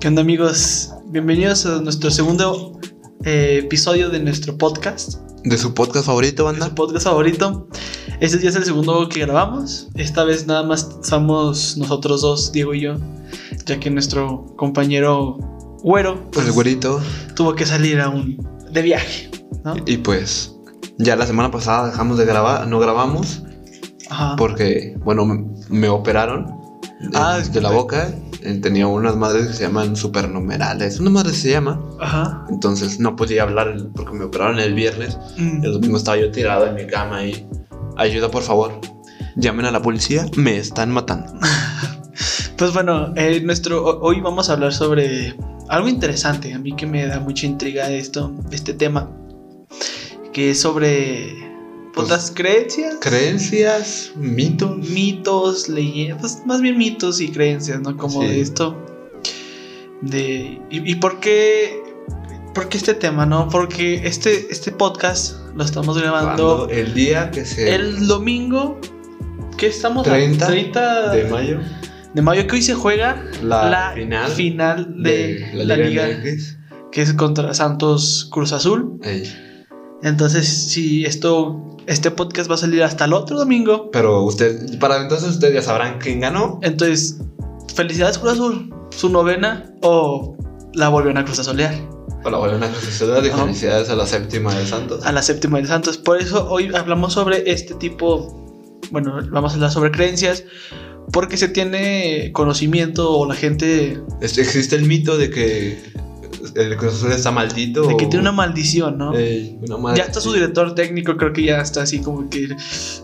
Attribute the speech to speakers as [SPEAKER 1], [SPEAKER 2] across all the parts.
[SPEAKER 1] ¿Qué onda amigos? Bienvenidos a nuestro segundo eh, episodio de nuestro podcast.
[SPEAKER 2] De su podcast favorito,
[SPEAKER 1] Es su
[SPEAKER 2] banda.
[SPEAKER 1] podcast favorito. Este ya es el segundo que grabamos. Esta vez nada más somos nosotros dos, Diego y yo, ya que nuestro compañero Güero pues,
[SPEAKER 2] El güerito.
[SPEAKER 1] tuvo que salir aún de viaje, ¿no?
[SPEAKER 2] Y pues, ya la semana pasada dejamos de grabar, no grabamos
[SPEAKER 1] Ajá.
[SPEAKER 2] porque, bueno, me, me operaron de,
[SPEAKER 1] Ah,
[SPEAKER 2] de la
[SPEAKER 1] ok.
[SPEAKER 2] boca. Eh, Tenía unas madres que se llaman supernumerales. Una madre se llama.
[SPEAKER 1] Ajá.
[SPEAKER 2] Entonces no podía hablar el- porque me operaron el viernes.
[SPEAKER 1] Mm.
[SPEAKER 2] El domingo estaba yo tirado en mi cama ahí. Ayuda, por favor. Llamen a la policía. Me están matando.
[SPEAKER 1] Pues bueno, eh, nuestro, ho- hoy vamos a hablar sobre algo interesante, a mí que me da mucha intriga esto, este tema, que es sobre pues,
[SPEAKER 2] Pues,
[SPEAKER 1] las creencias,
[SPEAKER 2] Creencias, mitos.
[SPEAKER 1] mitos, leyendas, pues, más bien mitos y creencias, ¿no? Como
[SPEAKER 2] Sí.
[SPEAKER 1] de esto, de... ¿Y, y por qué? ¿Por qué este tema, no? Porque este, este podcast lo estamos grabando
[SPEAKER 2] el día que se...
[SPEAKER 1] el domingo, ¿qué estamos? a
[SPEAKER 2] 30
[SPEAKER 1] 30
[SPEAKER 2] de mayo.
[SPEAKER 1] de mayo que hoy se juega la, final, de, la, liga,
[SPEAKER 2] MX.
[SPEAKER 1] que es contra Santos Cruz Azul.
[SPEAKER 2] Ey,
[SPEAKER 1] Entonces, si esto este podcast va a salir hasta el otro domingo,
[SPEAKER 2] Pero usted, para entonces ustedes ya sabrán quién ganó.
[SPEAKER 1] entonces felicidades Cruz Azul, su novena o la volvieron a Cruz Azulear
[SPEAKER 2] Para volver a la de
[SPEAKER 1] Ajá.
[SPEAKER 2] felicidades a la séptima de Santos.
[SPEAKER 1] a la séptima del Santos. Por eso hoy hablamos sobre este tipo, bueno, vamos a hablar sobre creencias porque se tiene conocimiento o la gente
[SPEAKER 2] Es- Existe el mito de que el Cruz Azul está maldito.
[SPEAKER 1] de que
[SPEAKER 2] o-
[SPEAKER 1] tiene una maldición, ¿no?
[SPEAKER 2] Ey, una madre-
[SPEAKER 1] Ya está su director técnico, creo que ya está así como que.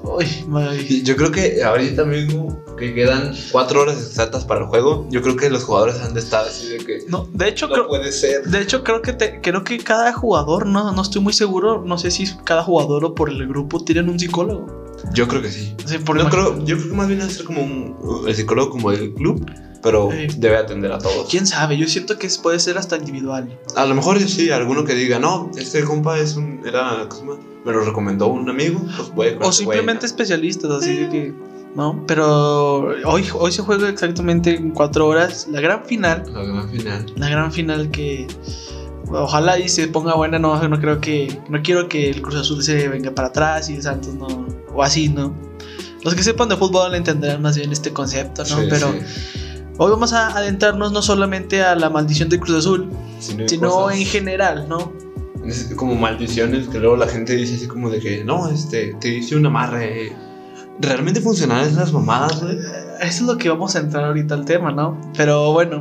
[SPEAKER 1] Uy, madre.
[SPEAKER 2] Y Yo creo que ahorita mismo que quedan cuatro horas exactas para el juego, yo creo que los jugadores han de estar así de que
[SPEAKER 1] No, de hecho,
[SPEAKER 2] no
[SPEAKER 1] creo,
[SPEAKER 2] puede ser.
[SPEAKER 1] de hecho creo, que te- creo que cada jugador, no, no estoy muy seguro, no sé si cada jugador o por el grupo tienen un psicólogo.
[SPEAKER 2] Yo creo que sí.
[SPEAKER 1] O sea, por
[SPEAKER 2] No
[SPEAKER 1] imag-
[SPEAKER 2] creo, yo creo que más bien debe ser como un, el psicólogo como del club, pero
[SPEAKER 1] Sí.
[SPEAKER 2] debe atender a todos.
[SPEAKER 1] ¿Quién sabe? Yo siento que es- puede ser hasta individual.
[SPEAKER 2] A lo mejor sí, alguno que diga, no, este compa es un, era, ¿cómo se llama? Me lo recomendó un amigo, pues voy a con
[SPEAKER 1] O
[SPEAKER 2] este
[SPEAKER 1] simplemente especialistas, así de que. No, pero hoy, hoy se juega exactamente en cuatro horas la gran final.
[SPEAKER 2] güey, ¿no? La gran final.
[SPEAKER 1] La gran final que. Ojalá y se ponga buena, no, no creo que. No quiero que el Cruz Azul se venga para atrás y el Santos no. O así, ¿no? Los que sepan de fútbol entenderán más bien este concepto, ¿no?
[SPEAKER 2] Sí,
[SPEAKER 1] Pero
[SPEAKER 2] sí.
[SPEAKER 1] hoy vamos a adentrarnos no solamente a la maldición del Cruz Azul,
[SPEAKER 2] Si no hay
[SPEAKER 1] sino
[SPEAKER 2] cosas-
[SPEAKER 1] en general, ¿no?
[SPEAKER 2] es como maldiciones que luego la gente dice así como de que, no, este, te hice un amarre. ¿Realmente funcionan esas mamadas, güey?
[SPEAKER 1] Eso es lo que vamos a entrar ahorita al tema, ¿no? Pero bueno,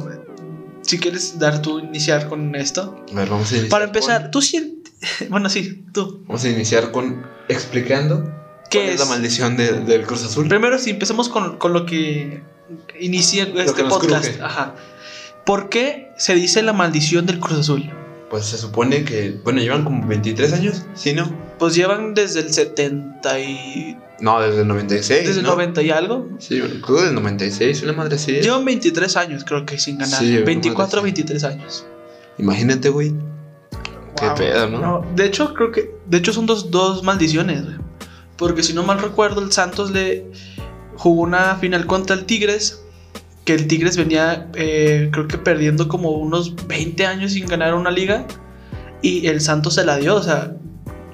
[SPEAKER 1] si quieres dar tú iniciar con esto.
[SPEAKER 2] A ver, vamos a iniciar.
[SPEAKER 1] Para
[SPEAKER 2] con-
[SPEAKER 1] empezar, tú sientes. Bueno, sí, tú.
[SPEAKER 2] vamos a iniciar con explicando
[SPEAKER 1] ¿Qué
[SPEAKER 2] cuál es?
[SPEAKER 1] es?
[SPEAKER 2] la maldición de- del Cruz Azul.
[SPEAKER 1] Primero, si empezamos con, con lo que inicia este
[SPEAKER 2] nos
[SPEAKER 1] podcast.
[SPEAKER 2] cruje.
[SPEAKER 1] Ajá. ¿Por qué se dice la maldición del Cruz Azul?
[SPEAKER 2] Pues se supone que, bueno, llevan como 23 años, ¿sí no?
[SPEAKER 1] Pues llevan desde el 70 y.
[SPEAKER 2] No, desde el 96.
[SPEAKER 1] desde el
[SPEAKER 2] ¿no?
[SPEAKER 1] 90 y algo.
[SPEAKER 2] Sí, bueno, creo que del 96, una madre así.
[SPEAKER 1] Llevan 23 años, creo que sin ganar.
[SPEAKER 2] Sí, llevan
[SPEAKER 1] 24,
[SPEAKER 2] madre,
[SPEAKER 1] 23 años.
[SPEAKER 2] Imagínate, güey. Qué
[SPEAKER 1] Wow.
[SPEAKER 2] pedo, ¿no?
[SPEAKER 1] No, de hecho, creo que. De hecho, son dos, dos maldiciones, güey. Porque si no mal recuerdo, el Santos le jugó una final contra el Tigres. Que el Tigres venía, eh, creo que perdiendo como unos 20 años sin ganar una liga. Y el Santos se la dio, o sea,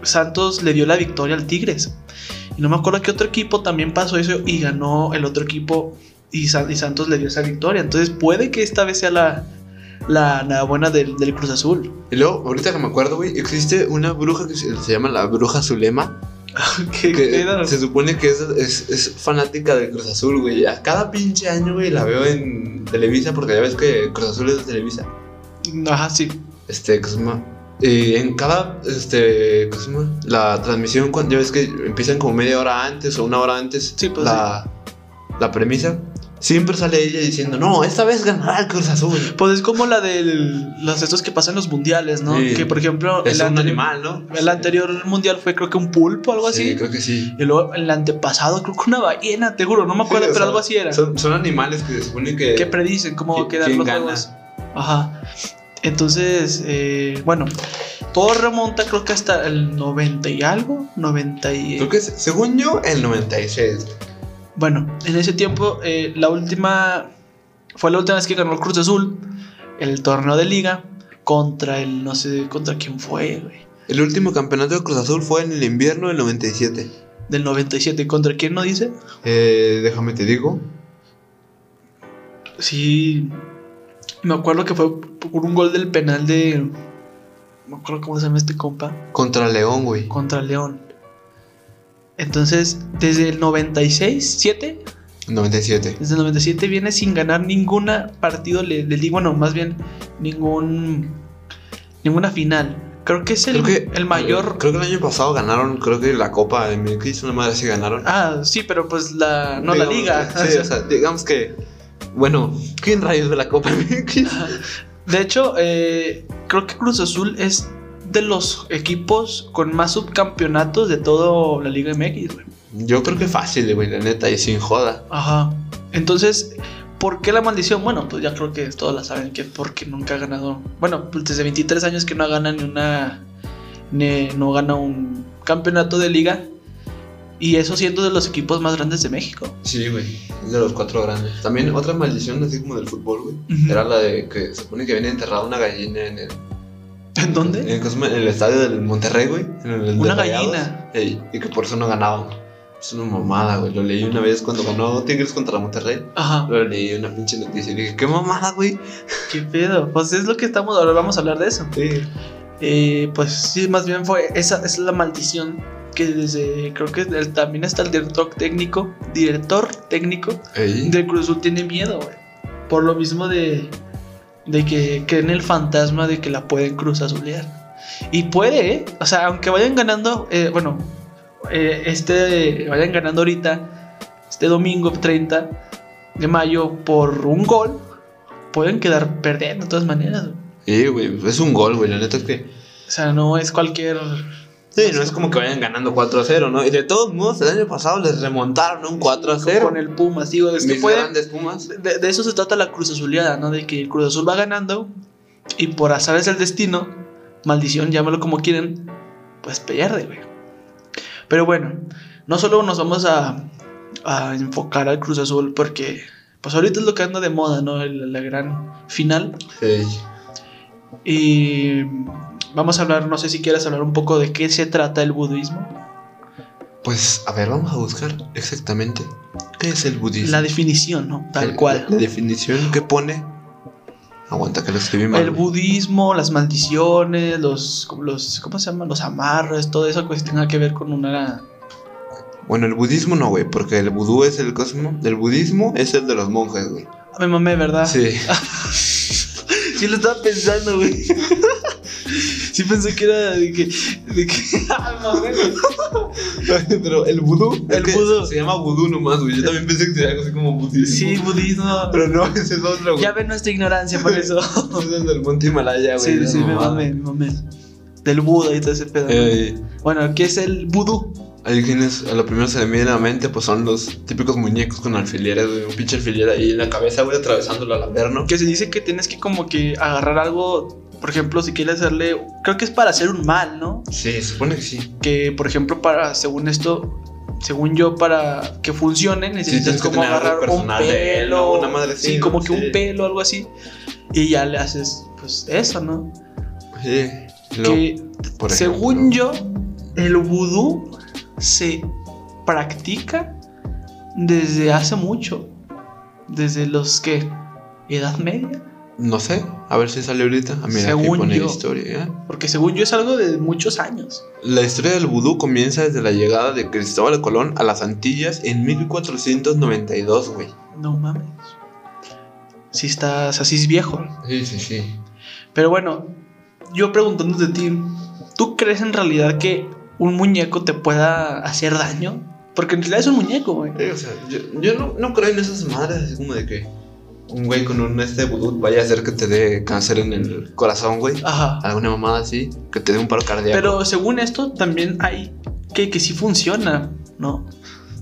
[SPEAKER 1] Santos le dio la victoria al Tigres. Y no me acuerdo que otro equipo también pasó eso y ganó el otro equipo. Y, Sa- y Santos le dio esa victoria. Entonces puede que esta vez sea la, la, la buena del, del Cruz Azul.
[SPEAKER 2] Y luego, ahorita que me acuerdo, güey, existe una bruja que se, se llama la bruja Zulema.
[SPEAKER 1] ¿Qué- qué
[SPEAKER 2] Que
[SPEAKER 1] era?
[SPEAKER 2] se supone que es, es- es fanática del Cruz Azul, güey. A cada pinche año, güey, la veo en Televisa, porque ya ves que Cruz Azul es de Televisa.
[SPEAKER 1] Ajá, sí.
[SPEAKER 2] Este, ¿cómo se llama? Y en cada, este, ¿cómo se llama? La transmisión, cuando ya ves que empiezan como media hora antes o una hora antes.
[SPEAKER 1] Sí, pues,
[SPEAKER 2] La, la premisa. Siempre sale ella diciendo, no, esta vez ganará el Cruz Azul.
[SPEAKER 1] Pues es como la de los estos que pasan en los mundiales, ¿no?
[SPEAKER 2] Sí.
[SPEAKER 1] Que por ejemplo,
[SPEAKER 2] Es
[SPEAKER 1] el,
[SPEAKER 2] un
[SPEAKER 1] anteri-
[SPEAKER 2] animal, ¿no?
[SPEAKER 1] el anterior mundial fue creo que un pulpo, algo
[SPEAKER 2] Sí,
[SPEAKER 1] así.
[SPEAKER 2] creo que sí.
[SPEAKER 1] Y luego el antepasado, creo que una ballena, te juro, no me acuerdo,
[SPEAKER 2] Sí, o
[SPEAKER 1] pero
[SPEAKER 2] sea,
[SPEAKER 1] algo así era.
[SPEAKER 2] Son, son animales que se supone que.
[SPEAKER 1] que predicen cómo va a
[SPEAKER 2] ¿Qui-
[SPEAKER 1] quedar
[SPEAKER 2] quién
[SPEAKER 1] los
[SPEAKER 2] gana?
[SPEAKER 1] juegos. Ajá. Entonces, eh, bueno, todo remonta creo que hasta el 90 y algo, 90 y...
[SPEAKER 2] Creo que se- según yo, el 96.
[SPEAKER 1] Bueno, en ese tiempo, eh, la última. Fue la última vez que ganó el Cruz Azul. el torneo de liga contra el, no sé, contra quién fue, güey.
[SPEAKER 2] El último campeonato de Cruz Azul fue en el invierno del 97.
[SPEAKER 1] Del 97, ¿contra quién no dice?
[SPEAKER 2] Eh, déjame te digo.
[SPEAKER 1] Sí, me acuerdo que fue por un gol del penal de... No me acuerdo cómo se llama este compa.
[SPEAKER 2] Contra León, güey.
[SPEAKER 1] Contra León. Entonces, desde el 96, 7,
[SPEAKER 2] 97.
[SPEAKER 1] desde el 97 viene sin ganar ninguna partido le, le digo, bueno, más bien ningún ninguna final. Creo que es el, el mayor
[SPEAKER 2] Creo que el año pasado ganaron, creo que la Copa de MX, una madre así ganaron.
[SPEAKER 1] Ah, sí, pero pues la no la
[SPEAKER 2] Digamos
[SPEAKER 1] liga.
[SPEAKER 2] que- sí, o sea, digamos que. Bueno, ¿quién rayos de la Copa MX?
[SPEAKER 1] De hecho, eh, creo que Cruz Azul es de los equipos con más subcampeonatos de toda la Liga MX, güey.
[SPEAKER 2] Yo creo que fácil, güey, la neta, y sin joda.
[SPEAKER 1] Ajá. Entonces, ¿por qué la maldición? Bueno, pues ya creo que todos la saben que porque nunca ha ganado. Bueno, pues desde 23 años que no gana ni una. ni- no gana un campeonato de liga. Y eso siendo de los equipos más grandes de México.
[SPEAKER 2] Sí, güey, es de los cuatro grandes. También otra maldición, así como del fútbol, güey,
[SPEAKER 1] Ujú.
[SPEAKER 2] era la de que se supone que viene enterrada una gallina en el.
[SPEAKER 1] ¿En dónde?
[SPEAKER 2] En, ¿cómo se llama? En el estadio del Monterrey, güey. en el de
[SPEAKER 1] Una
[SPEAKER 2] Rayados.
[SPEAKER 1] gallina.
[SPEAKER 2] Ey, y que por eso no ganaban. Es una mamada, güey. Lo leí una vez cuando ganó Tigres contra Monterrey.
[SPEAKER 1] Ajá.
[SPEAKER 2] Lo leí una pinche noticia y dije, qué mamada, güey.
[SPEAKER 1] ¿Qué pedo? Pues es lo que estamos ahora. Vamos a hablar de eso.
[SPEAKER 2] Sí.
[SPEAKER 1] Eh, pues sí, más bien fue esa es la maldición que desde creo que el- también hasta el director técnico, director técnico
[SPEAKER 2] Ey.
[SPEAKER 1] del Cruz Azul tiene miedo, güey. Por lo mismo de de que creen el fantasma de que la pueden Cruz Azulear. Y puede, ¿eh? o sea, aunque vayan ganando, eh, bueno, eh, este vayan ganando ahorita este domingo 30 de mayo por un gol, pueden quedar perdiendo de todas maneras. güey.
[SPEAKER 2] Sí, güey, es un gol, güey. La neta es que.
[SPEAKER 1] O sea, no es cualquier
[SPEAKER 2] Sí, no es como que vayan ganando 4 a 0, ¿no? Y de todos modos, el año pasado les remontaron un 4 a 0.
[SPEAKER 1] Con el Pumas, digo, es que
[SPEAKER 2] Mis
[SPEAKER 1] puede-
[SPEAKER 2] grandes Pumas.
[SPEAKER 1] de, de eso se trata la Cruz Azuleada, ¿no? De que el Cruz Azul va ganando y por azar es el destino, maldición, llámalo como quieren, pues pierde, güey. Pero bueno, no solo nos vamos a, a enfocar al Cruz Azul porque, pues ahorita es lo que anda de moda, ¿no? El- la gran final.
[SPEAKER 2] Sí.
[SPEAKER 1] Y vamos a hablar, no sé si quieres hablar un poco de qué se trata el budismo.
[SPEAKER 2] Pues, a ver, vamos a buscar exactamente qué es el budismo.
[SPEAKER 1] La definición, ¿no? Tal
[SPEAKER 2] La-
[SPEAKER 1] cual.
[SPEAKER 2] La, definición que pone. Aguanta que lo escribí mal.
[SPEAKER 1] El
[SPEAKER 2] güey.
[SPEAKER 1] budismo, las maldiciones, los, los ¿cómo se llaman? Los amarres, todo eso que tenga que ver con una...
[SPEAKER 2] Bueno, el budismo no, güey, porque el vudú es el cosmo. El budismo es el de los monjes, güey.
[SPEAKER 1] Me mamé, ¿verdad?
[SPEAKER 2] Sí.
[SPEAKER 1] Sí lo estaba pensando, güey. Sí pensé que era de que... De que Ah, mamé, güey.
[SPEAKER 2] Pero el vudú. es
[SPEAKER 1] El
[SPEAKER 2] que
[SPEAKER 1] vudú.
[SPEAKER 2] Se llama vudú nomás, güey. Yo también pensé que sería algo así como budismo.
[SPEAKER 1] sí, budismo.
[SPEAKER 2] Pero no, ese es otro, güey.
[SPEAKER 1] Ya ven nuestra ignorancia por eso.
[SPEAKER 2] Ese es del monte Himalaya, güey.
[SPEAKER 1] Sí,
[SPEAKER 2] la
[SPEAKER 1] sí, me
[SPEAKER 2] mamada.
[SPEAKER 1] mamé, me mamé. Del Buda y todo ese pedo.
[SPEAKER 2] Eh,
[SPEAKER 1] Bueno, ¿qué es el vudú?
[SPEAKER 2] Hay quienes a lo primero se le viene a la mente, pues son los típicos muñecos con alfileres, güey, un pinche alfiler ahí en la cabeza, güey, atravesándola al averno.
[SPEAKER 1] Que se dice que tienes que como que agarrar algo, por ejemplo, si quieres hacerle... Creo que es para hacer un mal, ¿no?
[SPEAKER 2] Sí, se supone que sí.
[SPEAKER 1] que por ejemplo para según esto según yo para que funcione necesitas
[SPEAKER 2] tienes que
[SPEAKER 1] como
[SPEAKER 2] tener algo
[SPEAKER 1] agarrar un
[SPEAKER 2] personal de él,
[SPEAKER 1] pelo
[SPEAKER 2] ¿no? Una madre así,
[SPEAKER 1] sí
[SPEAKER 2] ¿no?
[SPEAKER 1] como que
[SPEAKER 2] Sí.
[SPEAKER 1] un pelo algo así y ya le haces pues eso no
[SPEAKER 2] Sí. Lo-
[SPEAKER 1] que
[SPEAKER 2] por
[SPEAKER 1] según
[SPEAKER 2] ejemplo.
[SPEAKER 1] yo el vudú se practica desde hace mucho desde los que edad media
[SPEAKER 2] No sé, a ver si sale ahorita. Ah, mira, aquí
[SPEAKER 1] Según
[SPEAKER 2] pone
[SPEAKER 1] yo.
[SPEAKER 2] historia, ¿eh?
[SPEAKER 1] porque según yo es algo de muchos años
[SPEAKER 2] La historia del vudú comienza desde la llegada de Cristóbal Colón a las Antillas en 1492, güey.
[SPEAKER 1] no mames si estás así es viejo
[SPEAKER 2] Sí, sí, sí.
[SPEAKER 1] Pero bueno, yo preguntándote a ti, ¿tú crees en realidad que un muñeco te pueda hacer daño? Porque en realidad es un muñeco, güey.
[SPEAKER 2] Eh, o sea, yo, yo no, no creo en esas madres, así como de que un güey con un este vudú vaya a hacer que te dé cáncer en el corazón, güey.
[SPEAKER 1] Ajá.
[SPEAKER 2] Alguna mamada así, que te dé un paro cardíaco.
[SPEAKER 1] Pero según esto también hay que, que sí funciona, ¿no?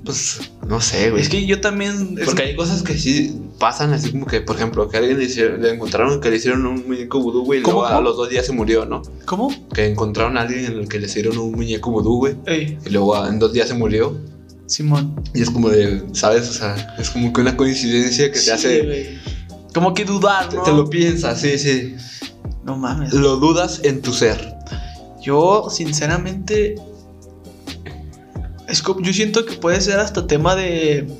[SPEAKER 2] pues, no sé, güey.
[SPEAKER 1] Es que yo también... es-
[SPEAKER 2] Porque hay cosas que sí pasan, así como que, por ejemplo, que a alguien le, hicieron- le encontraron que le hicieron un muñeco vudú, güey, y
[SPEAKER 1] ¿Cómo,
[SPEAKER 2] luego a
[SPEAKER 1] cómo?
[SPEAKER 2] los dos días se murió, ¿no?
[SPEAKER 1] ¿Cómo?
[SPEAKER 2] Que encontraron a alguien en el que le hicieron un muñeco vudú, güey,
[SPEAKER 1] Ey,
[SPEAKER 2] y luego a- en dos días se murió.
[SPEAKER 1] Simón.
[SPEAKER 2] Y es como de, ¿sabes? O sea, es como que una coincidencia que te
[SPEAKER 1] Sí,
[SPEAKER 2] hace.
[SPEAKER 1] güey. como que dudar,
[SPEAKER 2] Te,
[SPEAKER 1] ¿no?
[SPEAKER 2] te lo piensas, sí, sí.
[SPEAKER 1] No mames.
[SPEAKER 2] Lo dudas en tu ser.
[SPEAKER 1] Yo, sinceramente. Es como- yo siento que puede ser hasta tema de.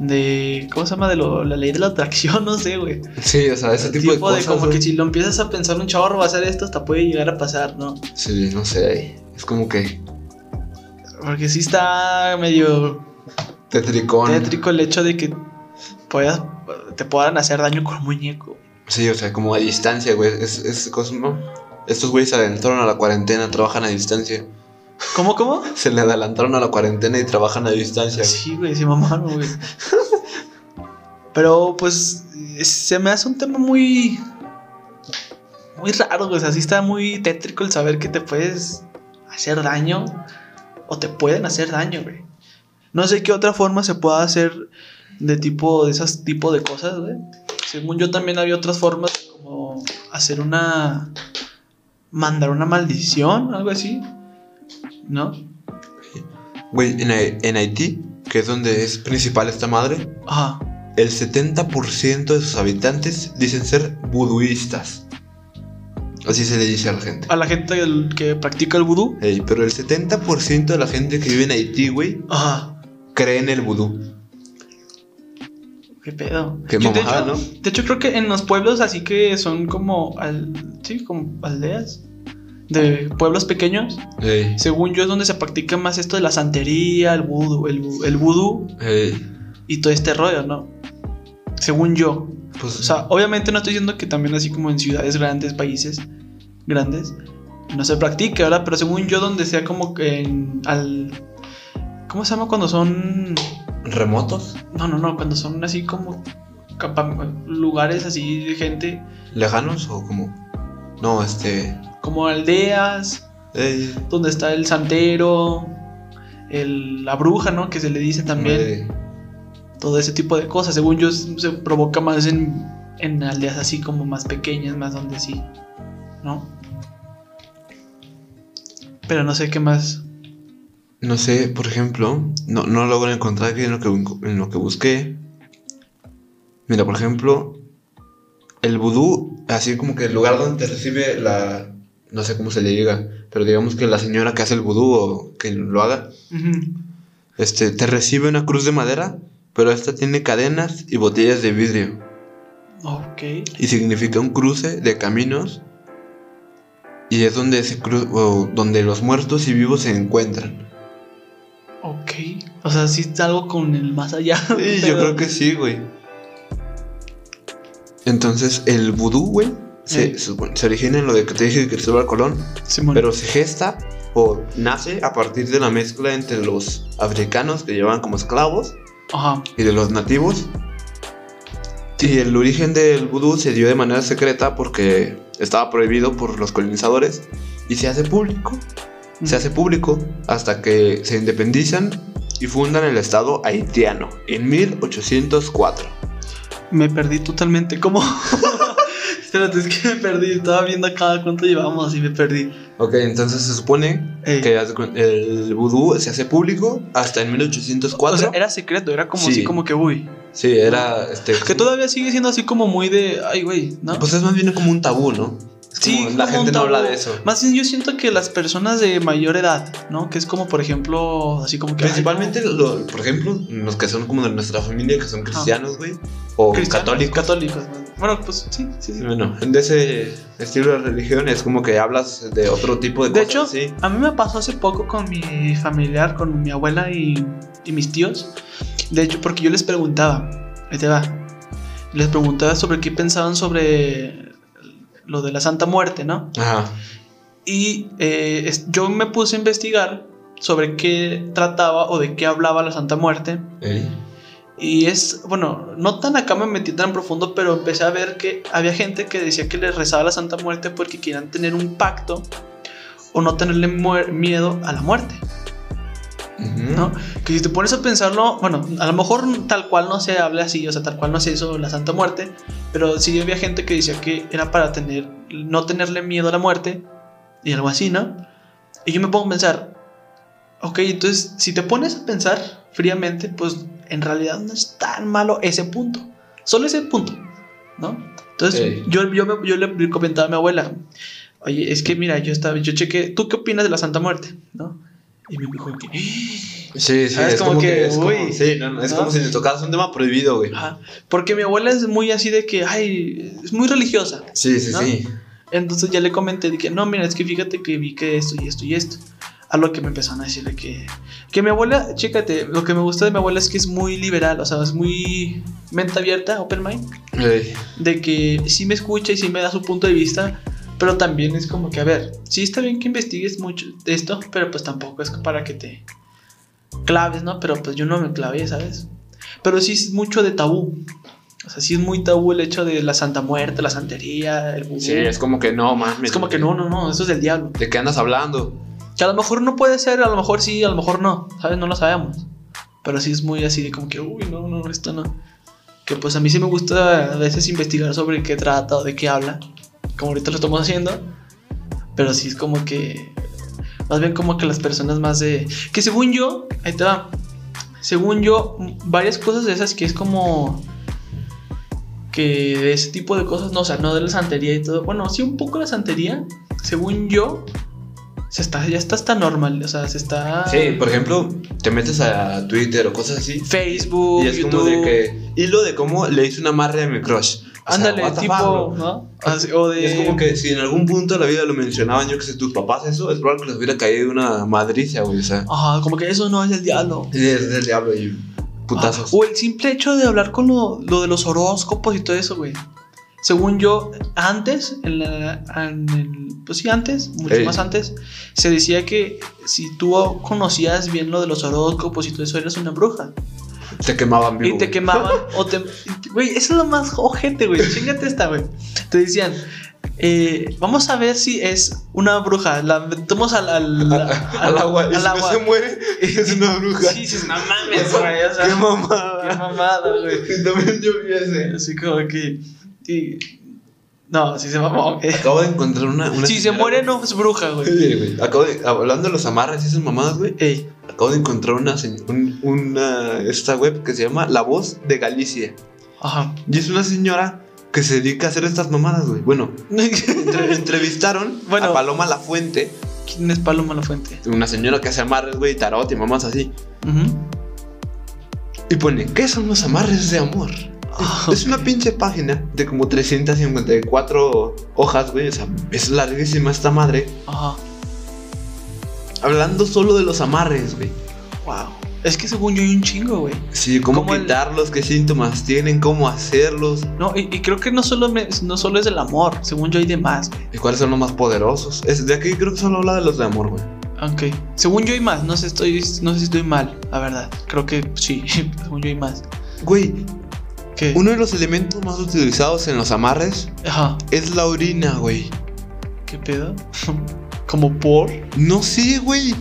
[SPEAKER 1] De. ¿Cómo se llama? De lo- la ley de la atracción, no sé, güey.
[SPEAKER 2] Sí, o sea, ese tipo, de cosas.
[SPEAKER 1] como
[SPEAKER 2] güey.
[SPEAKER 1] que si lo empiezas a pensar un chorro va a hacer esto, hasta puede llegar a pasar, ¿no?
[SPEAKER 2] Sí, no sé. Es como que
[SPEAKER 1] Porque sí está medio
[SPEAKER 2] tetricón.
[SPEAKER 1] tétrico el hecho de que puedas, te puedan hacer daño con un muñeco.
[SPEAKER 2] Sí, o sea, como a distancia, güey. Es, es cosmo. Estos güeyes se adelantaron a la cuarentena, trabajan a distancia.
[SPEAKER 1] ¿Cómo, cómo?
[SPEAKER 2] Se le adelantaron a la cuarentena y trabajan a distancia.
[SPEAKER 1] Pues
[SPEAKER 2] güey.
[SPEAKER 1] Sí, güey, sí, mamaron, güey. Pero pues se me hace un tema muy. Muy raro, güey. O sea, sí está muy tétrico el saber que te puedes hacer daño o te pueden hacer daño, güey. No sé qué otra forma se pueda hacer de tipo, de esas tipo de cosas, güey. Según yo también había otras formas como hacer una. mandar una maldición, algo así. ¿No?
[SPEAKER 2] Güey, en, Hai- en Haití, que es donde es principal esta madre,
[SPEAKER 1] Ajá.
[SPEAKER 2] el 70% de sus habitantes dicen ser buduistas. Así se le dice a la gente.
[SPEAKER 1] a la gente del- que practica el vudú.
[SPEAKER 2] Ey, pero el 70% de la gente que vive en Haití, güey,
[SPEAKER 1] Ajá.
[SPEAKER 2] cree en el vudú.
[SPEAKER 1] Qué pedo.
[SPEAKER 2] Qué
[SPEAKER 1] Yo, de,
[SPEAKER 2] mamada,
[SPEAKER 1] hecho, de hecho, creo que en los pueblos así que son como al, sí, como aldeas de pueblos pequeños,
[SPEAKER 2] Ey,
[SPEAKER 1] según yo es donde se practica más esto de la santería, el vudú, el, vu- el vudú
[SPEAKER 2] ey,
[SPEAKER 1] y todo este rollo, ¿no? Según yo.
[SPEAKER 2] pues,
[SPEAKER 1] O sea, obviamente no estoy diciendo que también así como en ciudades grandes, países grandes, no se practique, ¿verdad? Pero según yo, donde sea como que en, al... ¿Cómo se llama cuando son
[SPEAKER 2] remotos,
[SPEAKER 1] No, no, no, cuando son así como capa- lugares así de gente,
[SPEAKER 2] lejanos o como. No, este.
[SPEAKER 1] como aldeas,
[SPEAKER 2] ey,
[SPEAKER 1] donde está el santero, el- la bruja, ¿no? Que se le dice también,
[SPEAKER 2] ey,
[SPEAKER 1] todo ese tipo de cosas. Según yo, se se provoca más en, en aldeas así como más pequeñas, más donde sí, ¿no? Pero no sé qué más.
[SPEAKER 2] no sé, por ejemplo, no, no logro encontrar aquí en lo, que, bu- en lo que busqué. Mira, por ejemplo, el vudú, así como que el lugar donde te recibe la. No sé cómo se le diga, pero digamos que la señora que hace el vudú o que lo haga,
[SPEAKER 1] Ujú.
[SPEAKER 2] Este, te recibe una cruz de madera, pero esta tiene cadenas y botellas de vidrio.
[SPEAKER 1] Ok.
[SPEAKER 2] Y significa un cruce de caminos. Y es donde, se cru- o donde los muertos y vivos se encuentran.
[SPEAKER 1] Ok. O sea, sí está algo con el más allá.
[SPEAKER 2] Sí, yo
[SPEAKER 1] pero-
[SPEAKER 2] creo que sí, güey. Entonces, el vudú, güey, se,
[SPEAKER 1] Ey.
[SPEAKER 2] se supone- se origina en lo de que te dije de Cristóbal Colón,
[SPEAKER 1] Simón.
[SPEAKER 2] pero se gesta o nace a partir de la mezcla entre los africanos que llevaban como esclavos
[SPEAKER 1] Ajá.
[SPEAKER 2] y de los nativos. Y el origen del vudú se dio de manera secreta porque estaba prohibido por los colonizadores y se hace público. Se hace público hasta que se independizan y fundan el Estado haitiano en 1804.
[SPEAKER 1] Me perdí totalmente. ¿Cómo? Espérate, es que me perdí. Estaba viendo acá cuánto llevamos y me perdí.
[SPEAKER 2] Ok, entonces se supone
[SPEAKER 1] Ey.
[SPEAKER 2] que haz de cuen- el vudú se hace público hasta en 1804.
[SPEAKER 1] O sea, era secreto, era como
[SPEAKER 2] Sí.
[SPEAKER 1] así como que uy.
[SPEAKER 2] sí, era... Este,
[SPEAKER 1] Que todavía sigue siendo así como muy de. Ay, güey, ¿no?
[SPEAKER 2] Pues es más bien como un tabú, ¿no? Es como
[SPEAKER 1] como
[SPEAKER 2] la gente
[SPEAKER 1] un
[SPEAKER 2] no habla
[SPEAKER 1] tabú.
[SPEAKER 2] de eso.
[SPEAKER 1] Más bien yo siento que las personas de mayor edad, ¿no? Que es como, por ejemplo, así como que. ay,
[SPEAKER 2] Principalmente,
[SPEAKER 1] no.
[SPEAKER 2] lo- por ejemplo, los que son como de nuestra familia, que son cristianos, güey, o
[SPEAKER 1] Ah. Cristianos,
[SPEAKER 2] católicos.
[SPEAKER 1] Católicos. ¿no? Bueno, pues sí, sí, sí.
[SPEAKER 2] Bueno, de ese estilo de religión es como que hablas de otro tipo de,
[SPEAKER 1] De hecho,
[SPEAKER 2] cosas. sí.
[SPEAKER 1] a mí me pasó hace poco con mi familiar, con mi abuela y, y mis tíos. De hecho, porque yo les preguntaba, ahí te va, les preguntaba sobre qué pensaban sobre lo de la Santa Muerte, ¿no?
[SPEAKER 2] Ajá.
[SPEAKER 1] Y eh, es- yo me puse a investigar sobre qué trataba o de qué hablaba la Santa Muerte.
[SPEAKER 2] Ey.
[SPEAKER 1] Y es, bueno, no tan acá me metí tan profundo, pero empecé a ver que había gente que decía que les rezaba a la Santa Muerte porque querían tener un pacto o no tenerle muer- miedo a la muerte,
[SPEAKER 2] Ujú.
[SPEAKER 1] ¿no? Que si te pones a pensarlo, bueno, a lo mejor tal cual no se habla así, o sea, tal cual no se hizo la Santa Muerte, pero sí había gente que decía que era para tener, no tenerle miedo a la muerte y algo así, ¿no? Y yo me pongo a pensar, ok, entonces si te pones a pensar fríamente, pues en realidad no es tan malo ese punto, solo ese punto. ¿no? Entonces,
[SPEAKER 2] Ey.
[SPEAKER 1] yo, yo, me- yo le comentaba a mi abuela, oye, es que mira, yo estaba, yo chequé, ¿tú qué opinas de la Santa Muerte? ¿No? Y me dijo que,
[SPEAKER 2] Sí, sí,
[SPEAKER 1] Ah,
[SPEAKER 2] es, como, que, es
[SPEAKER 1] uy,
[SPEAKER 2] como, sí, no, no, es
[SPEAKER 1] ¿no?
[SPEAKER 2] como si le tocas un tema prohibido, güey.
[SPEAKER 1] Ajá. Porque mi abuela es muy así de que, ay, es muy religiosa.
[SPEAKER 2] Sí, sí,
[SPEAKER 1] ¿no?
[SPEAKER 2] sí.
[SPEAKER 1] Entonces ya le comenté, dije, no, mira, es que fíjate que vi que esto y esto y esto. A lo que me empezaron a decirle que, que mi abuela, chécate, lo que me gusta de mi abuela es que es muy liberal, o sea, es muy mente abierta, open mind,
[SPEAKER 2] Ey.
[SPEAKER 1] de que sí me escucha y sí me da su punto de vista, pero también es como que, a ver, sí está bien que investigues mucho de esto, pero pues tampoco es para que te claves, ¿no? Pero pues yo no me clavé, ¿sabes? Pero sí es mucho de tabú. O sea, sí es muy tabú el hecho de la Santa Muerte, la santería, el vudú.
[SPEAKER 2] Sí, es como que no, mames.
[SPEAKER 1] Es como que no, no, no, eso es del diablo.
[SPEAKER 2] ¿De qué andas hablando?
[SPEAKER 1] Que a lo mejor no puede ser, a lo mejor sí, a lo mejor no, ¿sabes? No lo sabemos. Pero sí es muy así de como que, uy, no, no, esto no. Que pues a mí sí me gusta a veces investigar sobre qué trata o de qué habla, como ahorita lo estamos haciendo. Pero sí es como que, más bien como que las personas más de... Que según yo, ahí te va, según yo, m- varias cosas de esas que es como... Que de ese tipo de cosas, no, o sea, no de la santería y todo. Bueno, sí un poco la santería, según yo, se está, ya está hasta normal, o sea, se está...
[SPEAKER 2] Sí, por ejemplo, te metes a Twitter o cosas así.
[SPEAKER 1] Facebook,
[SPEAKER 2] y es
[SPEAKER 1] YouTube.
[SPEAKER 2] como de que. Y lo de cómo le hice una amarre a mi crush. O sea,
[SPEAKER 1] Ándale,
[SPEAKER 2] what the fuck,
[SPEAKER 1] tipo,
[SPEAKER 2] bro.
[SPEAKER 1] ¿no? Así, o de...
[SPEAKER 2] Es como que si en algún punto de la vida lo mencionaban, yo que sé, tus papás, eso, es probable que les hubiera caído una madriza, güey. O sea,
[SPEAKER 1] Ajá, como que eso no es el diablo.
[SPEAKER 2] y es del diablo y putazos.
[SPEAKER 1] Ah, o el simple hecho de hablar con lo, lo de los horóscopos y todo eso, güey. Según yo, antes, en la- en el- pues sí, antes, mucho
[SPEAKER 2] Ey.
[SPEAKER 1] más antes, se decía que si tú conocías bien lo de los horóscopos y todo eso, eras una bruja.
[SPEAKER 2] te quemaban vivo.
[SPEAKER 1] Y te
[SPEAKER 2] güey.
[SPEAKER 1] quemaban o te... Güey, eso es lo más ojete, güey. Chingate esta, güey. Te decían, eh, vamos a ver si es una bruja. La metemos al... al,
[SPEAKER 2] Al agua. Y
[SPEAKER 1] al
[SPEAKER 2] si no
[SPEAKER 1] agua.
[SPEAKER 2] se muere, es una bruja.
[SPEAKER 1] Sí, sí, no mames, güey. O sea,
[SPEAKER 2] Qué
[SPEAKER 1] qué
[SPEAKER 2] mamada.
[SPEAKER 1] mamada, güey.
[SPEAKER 2] También yo vi ese.
[SPEAKER 1] Así como que. y- No, si se mamó, güey.
[SPEAKER 2] Acabo de encontrar una. una
[SPEAKER 1] Si se
[SPEAKER 2] señora-
[SPEAKER 1] muere, no es bruja, güey.
[SPEAKER 2] Sí, güey. Acabo de, hablando de los amarres y esas mamadas, güey.
[SPEAKER 1] Ey,
[SPEAKER 2] Acabo de encontrar una, se- un- una esta web que se llama La Voz de Galicia.
[SPEAKER 1] ajá.
[SPEAKER 2] Y es una señora que se dedica a hacer estas mamadas, güey. Bueno, entre- entrevistaron
[SPEAKER 1] Bueno.
[SPEAKER 2] a Paloma La Fuente,
[SPEAKER 1] ¿Quién es Paloma la Fuente?
[SPEAKER 2] una señora que hace amarres, güey, tarot y mamás así.
[SPEAKER 1] Ujú.
[SPEAKER 2] Y pone, ¿qué son los amarres de amor? Es una pinche página de como 354 hojas, güey. O sea, es larguísima esta madre.
[SPEAKER 1] Ajá.
[SPEAKER 2] Hablando solo de los amarres, güey.
[SPEAKER 1] Wow. Es que según yo hay un chingo, güey.
[SPEAKER 2] Sí, cómo
[SPEAKER 1] Como el-
[SPEAKER 2] quitarlos, qué síntomas tienen, cómo hacerlos.
[SPEAKER 1] No, y, y creo que no solo, me- no solo es el amor, según yo hay de más, güey.
[SPEAKER 2] ¿Y cuáles son los más poderosos? Es, de aquí creo que solo habla de los de amor, güey.
[SPEAKER 1] Ok. Según yo hay más, no sé, estoy, no sé si estoy mal, la verdad. Creo que sí, según yo hay más.
[SPEAKER 2] Güey,
[SPEAKER 1] ¿Qué?
[SPEAKER 2] uno de los elementos más utilizados en los amarres
[SPEAKER 1] Ajá.
[SPEAKER 2] es la orina, güey.
[SPEAKER 1] ¿Qué pedo? Como por.
[SPEAKER 2] No sé, güey.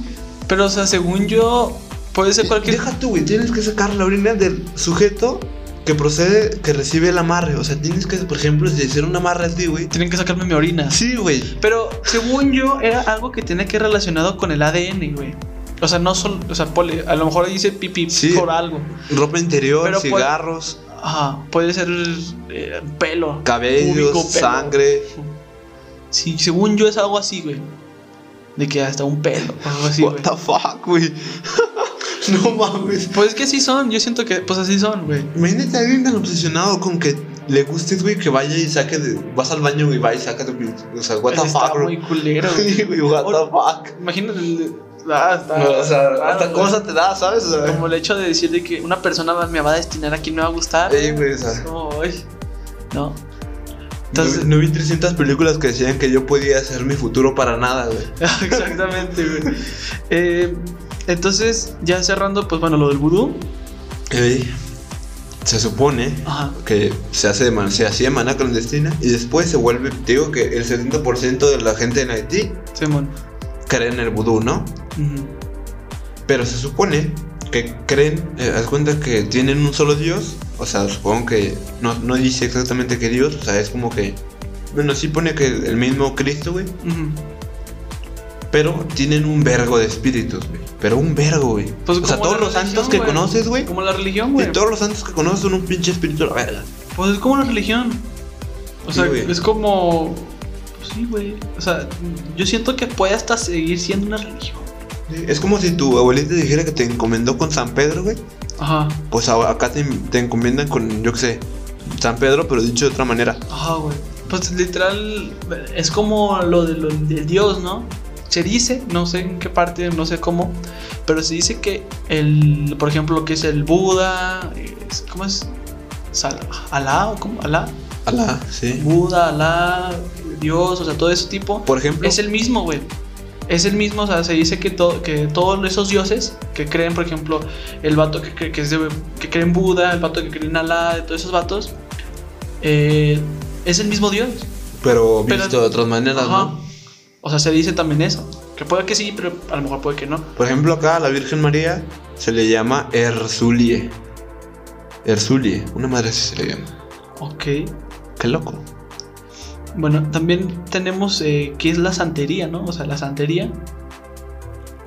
[SPEAKER 1] Pero, o sea, según yo, puede ser cualquier.
[SPEAKER 2] Deja tú, güey. Tienes que sacar la orina del sujeto que procede, que recibe el amarre. O sea, tienes que, por ejemplo, si hicieron un amarre a ti, güey.
[SPEAKER 1] Tienen que sacarme mi orina.
[SPEAKER 2] Sí, güey.
[SPEAKER 1] Pero según yo, era algo que tenía que ir relacionado con el ADN, güey. O sea, no solo. O sea, ponle- a lo mejor ahí dice pipí
[SPEAKER 2] Sí.
[SPEAKER 1] por algo.
[SPEAKER 2] Ropa interior,
[SPEAKER 1] Pero pues, puede-
[SPEAKER 2] cigarros,
[SPEAKER 1] Ajá. Puede ser eh, pelo.
[SPEAKER 2] cabellos,
[SPEAKER 1] púbico, pelo.
[SPEAKER 2] sangre.
[SPEAKER 1] Sí, según yo es algo así, güey. De que hasta un pelo. o Algo así,
[SPEAKER 2] What
[SPEAKER 1] güey.
[SPEAKER 2] the fuck, güey. no mames.
[SPEAKER 1] Pues es que así son. Yo siento que, pues así son, güey.
[SPEAKER 2] Imagínate a alguien tan obsesionado con que le gustes, güey, que vaya y saque de. Vas al baño, güey, va y saca tu. pin- O sea, what the
[SPEAKER 1] Pues Está
[SPEAKER 2] fuck, bro.
[SPEAKER 1] muy culero,
[SPEAKER 2] Sí,
[SPEAKER 1] güey.
[SPEAKER 2] güey, what the fuck.
[SPEAKER 1] Imagínate. el- Ah, está-
[SPEAKER 2] No, o sea,
[SPEAKER 1] claro,
[SPEAKER 2] hasta
[SPEAKER 1] güey.
[SPEAKER 2] cosa te da, ¿sabes? O sea,
[SPEAKER 1] Ah, Como el hecho de decir de que una persona me va a destinar a quien me va a gustar.
[SPEAKER 2] ey, güey, o sea,
[SPEAKER 1] Es como, "Ay, No.
[SPEAKER 2] no,
[SPEAKER 1] Entonces,
[SPEAKER 2] no vi 300 películas que decían que yo podía hacer mi futuro para nada, güey.
[SPEAKER 1] exactamente, güey. Eh, entonces, ya cerrando, pues bueno, lo del vudú.
[SPEAKER 2] Ey, se supone
[SPEAKER 1] Ajá.
[SPEAKER 2] que se hace de man- se hacía de manera clandestina y después se vuelve, te digo que el 70% de la gente en Haití
[SPEAKER 1] Simón.
[SPEAKER 2] cree en el vudú, ¿no?
[SPEAKER 1] Ujú.
[SPEAKER 2] Pero se supone que creen, eh, haz cuenta que tienen un solo Dios. O sea, supongo que no, no dice exactamente qué Dios. O sea, es como que. Bueno, sí pone que el mismo Cristo, güey.
[SPEAKER 1] Ujú.
[SPEAKER 2] Pero tienen un vergo de espíritus, güey. Pero un vergo, güey.
[SPEAKER 1] Pues
[SPEAKER 2] o sea,
[SPEAKER 1] como
[SPEAKER 2] todos
[SPEAKER 1] la
[SPEAKER 2] los
[SPEAKER 1] religión,
[SPEAKER 2] santos que
[SPEAKER 1] güey.
[SPEAKER 2] conoces, güey.
[SPEAKER 1] Como la religión,
[SPEAKER 2] Y
[SPEAKER 1] güey.
[SPEAKER 2] todos los santos que conoces son un pinche espíritu a la verga.
[SPEAKER 1] Pues es como la religión. O
[SPEAKER 2] Sí,
[SPEAKER 1] sea,
[SPEAKER 2] güey.
[SPEAKER 1] es como. pues sí, güey. O sea, yo siento que puede hasta seguir siendo una religión.
[SPEAKER 2] Es como si tu abuelita dijera que te encomendó con San Pedro, güey.
[SPEAKER 1] Ajá,
[SPEAKER 2] Pues a- acá te, te encomiendan con, yo qué sé, San Pedro, pero dicho de otra manera.
[SPEAKER 1] ajá, güey. Pues literal, es como lo de- lo del Dios, ¿no? Se dice, no sé en qué parte, no sé cómo, pero se dice que el, por ejemplo, lo que es el Buda, es- ¿cómo es? Sal- Alá, ¿o cómo? Alá,
[SPEAKER 2] Alá, sí.
[SPEAKER 1] Buda, Alá, Dios, o sea, todo ese tipo.
[SPEAKER 2] Por ejemplo,
[SPEAKER 1] Es el mismo, güey. Es el mismo, o sea, se dice que, to- que todos esos dioses que creen, por ejemplo, el vato que, cree- que, es de- que cree en Buda, el vato que cree en Alá, de todos esos vatos, eh, es el mismo dios.
[SPEAKER 2] pero
[SPEAKER 1] pero-
[SPEAKER 2] visto de otras maneras,
[SPEAKER 1] Ajá.
[SPEAKER 2] ¿no?
[SPEAKER 1] O sea, se dice también eso. Que puede que sí, pero a lo mejor puede que no.
[SPEAKER 2] Por ejemplo, acá a la Virgen María se le llama Erzulie. Erzulie, una madre así se le llama.
[SPEAKER 1] Ok.
[SPEAKER 2] Qué loco.
[SPEAKER 1] Bueno, también tenemos eh, que es la santería, ¿no? O sea, la santería,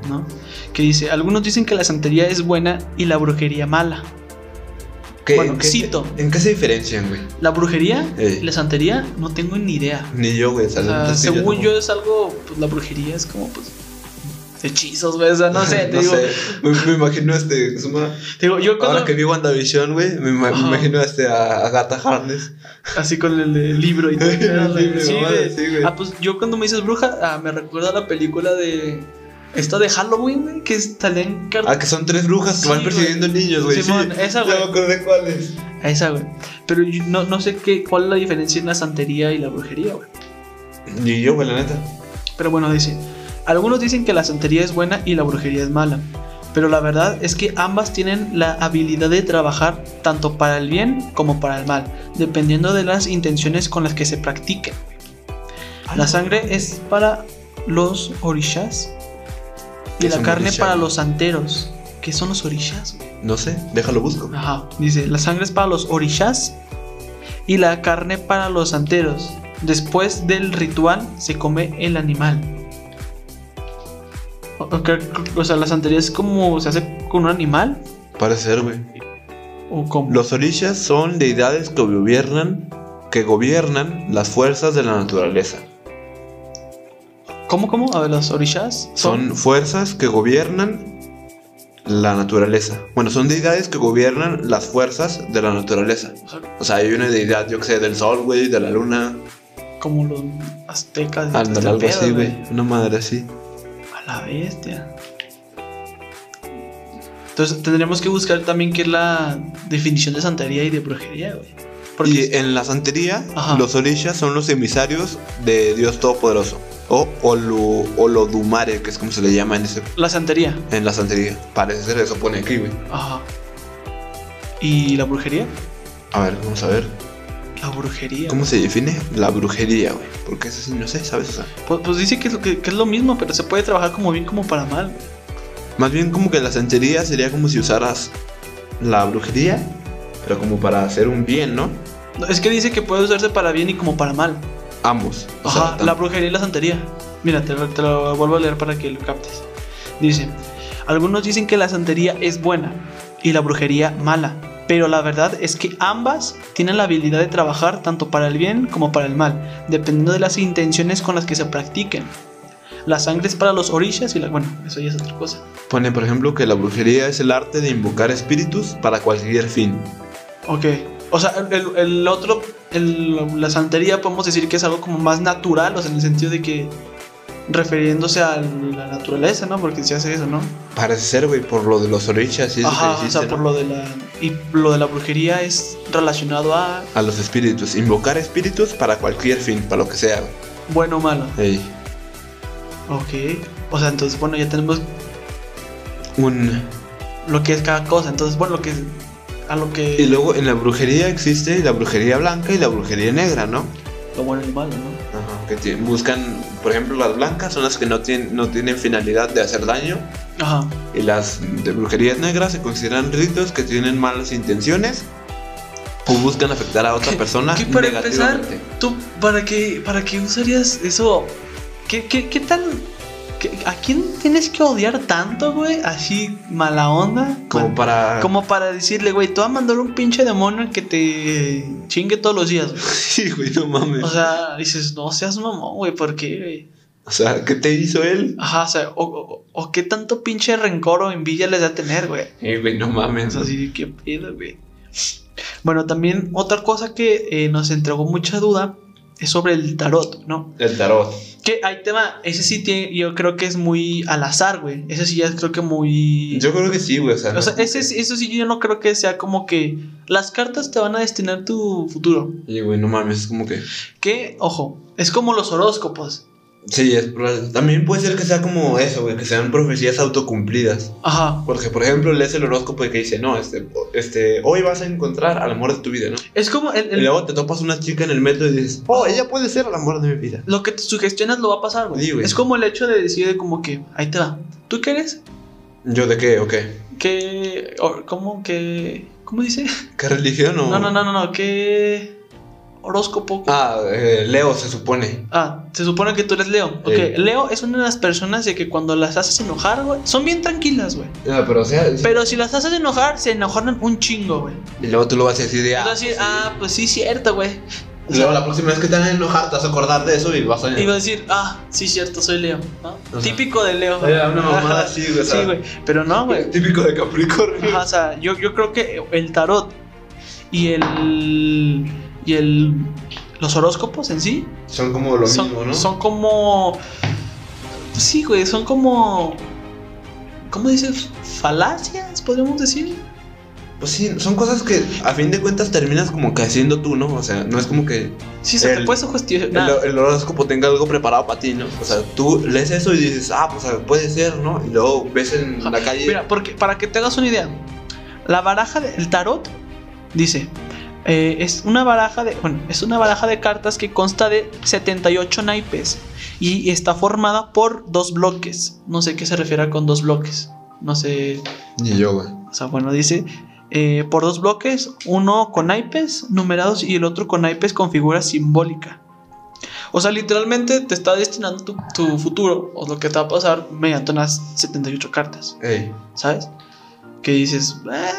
[SPEAKER 1] ¿no? Que dice, algunos dicen que la santería es buena y la brujería mala.
[SPEAKER 2] ¿Qué-
[SPEAKER 1] Bueno,
[SPEAKER 2] en qué-
[SPEAKER 1] cito.
[SPEAKER 2] ¿En qué se diferencian, güey?
[SPEAKER 1] La brujería
[SPEAKER 2] Ey.
[SPEAKER 1] y la santería no tengo ni idea.
[SPEAKER 2] Ni yo, güey. o sea,
[SPEAKER 1] O sea,
[SPEAKER 2] no sé,
[SPEAKER 1] según
[SPEAKER 2] tampoco.
[SPEAKER 1] yo es algo, pues la brujería es como pues hechizos, güey, o sea, no sé, te,
[SPEAKER 2] No
[SPEAKER 1] digo,
[SPEAKER 2] sé, Me, me imagino este. es una-
[SPEAKER 1] te digo, yo cuando,
[SPEAKER 2] Ahora que vi WandaVision, güey, me, ima- me
[SPEAKER 1] Ajá.
[SPEAKER 2] imagino este a Agatha Harness.
[SPEAKER 1] así con el, eh, libro y todo.
[SPEAKER 2] El libro,
[SPEAKER 1] Sí,
[SPEAKER 2] mamá,
[SPEAKER 1] güey.
[SPEAKER 2] sí, güey.
[SPEAKER 1] Ah, pues yo cuando me dices bruja, ah, me recuerda a la película de esta de Halloween, güey, que es en
[SPEAKER 2] Ah, que son tres brujas que
[SPEAKER 1] Sí,
[SPEAKER 2] van
[SPEAKER 1] güey.
[SPEAKER 2] persiguiendo niños, güey. Sí,
[SPEAKER 1] Simón, esa, güey.
[SPEAKER 2] Ya me acordé cuál es.
[SPEAKER 1] esa, güey. Pero yo no, no sé qué cuál es la diferencia en la santería y la brujería, güey.
[SPEAKER 2] Ni yo, güey, la neta.
[SPEAKER 1] Pero bueno, dice, algunos dicen que la santería es buena y la brujería es mala, pero la verdad es que ambas tienen la habilidad de trabajar tanto para el bien como para el mal, dependiendo de las intenciones con las que se practiquen.
[SPEAKER 2] Ah,
[SPEAKER 1] La sangre es para los orishas y
[SPEAKER 2] ¿Qué
[SPEAKER 1] la
[SPEAKER 2] son
[SPEAKER 1] carne
[SPEAKER 2] orishas?
[SPEAKER 1] para los santeros. ¿Qué son los orishas? güey?
[SPEAKER 2] No sé, déjalo busco.
[SPEAKER 1] Ajá, dice, la sangre es para los orishas y la carne para los santeros. Después del ritual se come el animal. O, o que- o sea, la santería es como se hace con un animal
[SPEAKER 2] Parece ser, güey.
[SPEAKER 1] o como
[SPEAKER 2] Los orishas son deidades que gobiernan, que gobiernan las fuerzas de la naturaleza.
[SPEAKER 1] ¿Cómo cómo? A ver, los orishas
[SPEAKER 2] Son fuerzas que gobiernan la naturaleza. Bueno, son deidades que gobiernan las fuerzas de la naturaleza.
[SPEAKER 1] o sea,
[SPEAKER 2] O sea, hay una deidad, yo que sé, del sol, güey, de la luna.
[SPEAKER 1] como los aztecas. y
[SPEAKER 2] Ándale,
[SPEAKER 1] este
[SPEAKER 2] Ah, algo
[SPEAKER 1] pedo,
[SPEAKER 2] así, güey. Una madre así.
[SPEAKER 1] A la bestia. Entonces tendríamos que buscar también qué es la definición de santería y de brujería, güey. Porque
[SPEAKER 2] Y en la santería,
[SPEAKER 1] Ajá.
[SPEAKER 2] los orishas son los emisarios de Dios Todopoderoso. O Olu- Olodumare, que es como se le llama en, ese,
[SPEAKER 1] la santería.
[SPEAKER 2] en la santería. Parece ser eso, pone aquí, güey.
[SPEAKER 1] Ajá. ¿Y la brujería?
[SPEAKER 2] A ver, vamos a ver.
[SPEAKER 1] La brujería.
[SPEAKER 2] ¿Cómo se define la brujería, güey? Porque eso sí, no sé, ¿sabes? O sea,
[SPEAKER 1] Pues, pues dice que es, lo que, que es lo mismo, pero se puede trabajar como bien como para mal.
[SPEAKER 2] más bien como que la santería sería como si usaras la brujería, pero como para hacer un bien, ¿no?
[SPEAKER 1] No, Es que dice que puede usarse para bien y como para mal.
[SPEAKER 2] Ambos. O sea,
[SPEAKER 1] Ajá,
[SPEAKER 2] tan-
[SPEAKER 1] la brujería y la santería. Mira, te, lo- te lo vuelvo a leer para que lo captes. Dice, algunos dicen que la santería es buena y la brujería mala, pero la verdad es que ambas tienen la habilidad de trabajar tanto para el bien como para el mal, dependiendo de las intenciones con las que se practiquen. La sangre es para los orillas y la... Bueno, eso ya es otra cosa.
[SPEAKER 2] Pone, por ejemplo, que la brujería es el arte de invocar espíritus para cualquier fin.
[SPEAKER 1] Ok. O sea, el- el, el otro, el- la santería podemos decir que es algo como más natural, o sea, en el sentido de que refiriéndose a la naturaleza, ¿no? Porque se hace eso, ¿no?
[SPEAKER 2] Parece ser, güey, por lo de los orishas y eso
[SPEAKER 1] Ajá,
[SPEAKER 2] que
[SPEAKER 1] o sea,
[SPEAKER 2] dijiste,
[SPEAKER 1] por
[SPEAKER 2] ¿no?
[SPEAKER 1] lo de la... Y lo de la brujería es relacionado a
[SPEAKER 2] A los espíritus, invocar espíritus para cualquier fin, para lo que sea. güey.
[SPEAKER 1] bueno o malo.
[SPEAKER 2] Ey,
[SPEAKER 1] Ok. O sea, entonces, bueno, ya tenemos
[SPEAKER 2] un...
[SPEAKER 1] lo que es cada cosa. Entonces, bueno, lo que es... A lo que...
[SPEAKER 2] Y luego en la brujería existe la brujería blanca y la brujería negra, ¿no?
[SPEAKER 1] Lo bueno y lo malo, ¿no?
[SPEAKER 2] Ajá, que ti- buscan, por ejemplo, las blancas son las que no tienen, no tienen finalidad de hacer daño
[SPEAKER 1] Ajá.
[SPEAKER 2] y las de brujerías negras se consideran ritos que tienen malas intenciones o buscan afectar a otra persona
[SPEAKER 1] Que para empezar,
[SPEAKER 2] negativamente.
[SPEAKER 1] tú, ¿para qué, para qué usarías eso? ¿Qué, qué, qué tan, qué ¿Qué- ¿A quién tienes que odiar tanto, güey? Así, mala onda.
[SPEAKER 2] Como
[SPEAKER 1] Mal-
[SPEAKER 2] para.
[SPEAKER 1] Como para decirle, güey, te va a mandar un pinche demonio que te chingue todos los días, güey.
[SPEAKER 2] Sí, güey, no mames.
[SPEAKER 1] O sea, dices, no seas mamón, güey, ¿por qué, güey?
[SPEAKER 2] O sea, ¿qué te hizo él?
[SPEAKER 1] Ajá, o sea, o, o- o qué tanto pinche rencor o envidia les da a tener, güey.
[SPEAKER 2] Eh, güey, no mames.
[SPEAKER 1] Es así, qué pedo, güey. Bueno, también otra cosa que eh, nos entregó mucha duda es sobre el tarot, ¿no?
[SPEAKER 2] El tarot.
[SPEAKER 1] Que hay tema, ese sí tiene, yo creo que es muy al azar, güey. Ese sí ya es creo que muy...
[SPEAKER 2] Yo creo que sí, güey. O sea,
[SPEAKER 1] o sea,
[SPEAKER 2] no-
[SPEAKER 1] ese, sí- eso sí yo no creo que sea como que las cartas te van a destinar tu futuro.
[SPEAKER 2] Sí, güey, no mames. Es como que.
[SPEAKER 1] Que, ojo, es como los horóscopos.
[SPEAKER 2] Sí, es probable. También puede ser que sea como eso, güey, que sean profecías autocumplidas.
[SPEAKER 1] Ajá.
[SPEAKER 2] Porque, por ejemplo, lees el horóscopo y que dice, no, este, este, hoy vas a encontrar al amor de tu vida, ¿no?
[SPEAKER 1] Es como el-
[SPEAKER 2] Y
[SPEAKER 1] el-
[SPEAKER 2] luego te topas una chica en el metro y dices, oh, ella puede ser el amor de mi vida.
[SPEAKER 1] lo que te sugestionas lo va a pasar, güey.
[SPEAKER 2] Sí, güey.
[SPEAKER 1] Es como el hecho de decir como que, ahí te va. ¿Tú qué eres?
[SPEAKER 2] ¿Yo de qué? ¿O qué?
[SPEAKER 1] ¿Qué... o- ¿Cómo que... ¿Cómo dice?
[SPEAKER 2] ¿Qué religión o...?
[SPEAKER 1] No, no, no, no, no. ¿Qué horóscopo?
[SPEAKER 2] Ah, eh, Leo se supone.
[SPEAKER 1] Ah, se supone que tú eres Leo. Ok,
[SPEAKER 2] Sí.
[SPEAKER 1] Leo es una de las personas de que cuando las haces enojar, güey, son bien tranquilas, güey.
[SPEAKER 2] Ah, pero o sea...
[SPEAKER 1] Pero si las haces enojar, se enojan un chingo, güey.
[SPEAKER 2] Y luego tú lo vas a decir de, ah,
[SPEAKER 1] Entonces,
[SPEAKER 2] sí.
[SPEAKER 1] ah, pues sí, cierto, güey.
[SPEAKER 2] Y luego la próxima vez que te van a enojar, te vas a acordar de eso y vas a...
[SPEAKER 1] Y va a decir, ah, sí, cierto, soy Leo. ¿no?
[SPEAKER 2] Ajá.
[SPEAKER 1] Típico de Leo.
[SPEAKER 2] Era una mamada así, güey, o sea.
[SPEAKER 1] Sí, güey. Pero no, güey.
[SPEAKER 2] Típico de Capricornio.
[SPEAKER 1] Ajá, o sea, yo, yo creo que el tarot y el. y el. los horóscopos en sí
[SPEAKER 2] Son como lo
[SPEAKER 1] son,
[SPEAKER 2] mismo, ¿no?
[SPEAKER 1] son como. Sí, güey, son como. ¿Cómo dices? Falacias, podríamos decir.
[SPEAKER 2] Pues sí, son cosas que a fin de cuentas terminas como que haciendo tú, ¿no? O sea, no es como que
[SPEAKER 1] Sí, se te
[SPEAKER 2] El-
[SPEAKER 1] puede
[SPEAKER 2] el,
[SPEAKER 1] sugestionar.
[SPEAKER 2] el horóscopo tenga algo preparado para ti, ¿no? O sea, tú lees eso y dices, ah, pues a ver, puede ser, ¿no? Y luego ves en la calle.
[SPEAKER 1] Mira, porque, para que te hagas una idea, la baraja del tarot dice. eh, es una baraja de. Bueno, es una baraja de cartas que consta de 78 naipes. Y está formada por dos bloques. No sé qué se refiere con dos bloques. No sé.
[SPEAKER 2] Ni yo, güey.
[SPEAKER 1] O sea, bueno, dice eh, por dos bloques, uno con naipes numerados y el otro con naipes con figura simbólica. O sea, literalmente te está destinando tu, tu futuro o lo que te va a pasar mediante unas 78 cartas,
[SPEAKER 2] Ey,
[SPEAKER 1] ¿sabes? Que dices, "Eh,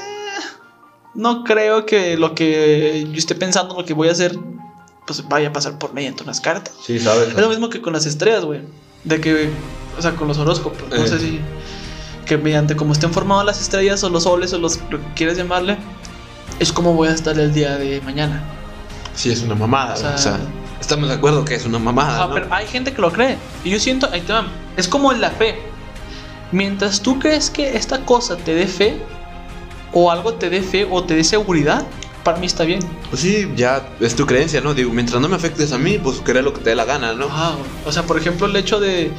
[SPEAKER 1] no creo que lo que yo esté pensando, lo que voy a hacer, pues vaya a pasar por mediante unas cartas.
[SPEAKER 2] sí, sabes.
[SPEAKER 1] Es lo mismo que con las estrellas, güey. De que, o sea, con los horóscopos. No
[SPEAKER 2] Eh.
[SPEAKER 1] sé si. Que mediante cómo estén formadas las estrellas o los soles o los, lo que quieras llamarle, es como voy a estar el día de mañana.
[SPEAKER 2] Sí, es una mamada.
[SPEAKER 1] O
[SPEAKER 2] O
[SPEAKER 1] sea-
[SPEAKER 2] sea, estamos de acuerdo que es una mamada.
[SPEAKER 1] Ah,
[SPEAKER 2] ¿no?
[SPEAKER 1] pero hay gente que lo cree. Y yo siento, ahí te va. Es como en la fe. Mientras tú crees que esta cosa te dé fe, o algo te dé fe, o te dé seguridad, para mí está bien.
[SPEAKER 2] Pues sí, ya es tu creencia, ¿no? Digo, mientras no me afectes a mí, pues crea lo que te dé la gana, ¿no?
[SPEAKER 1] Ah, güey. o sea, por ejemplo, el hecho de,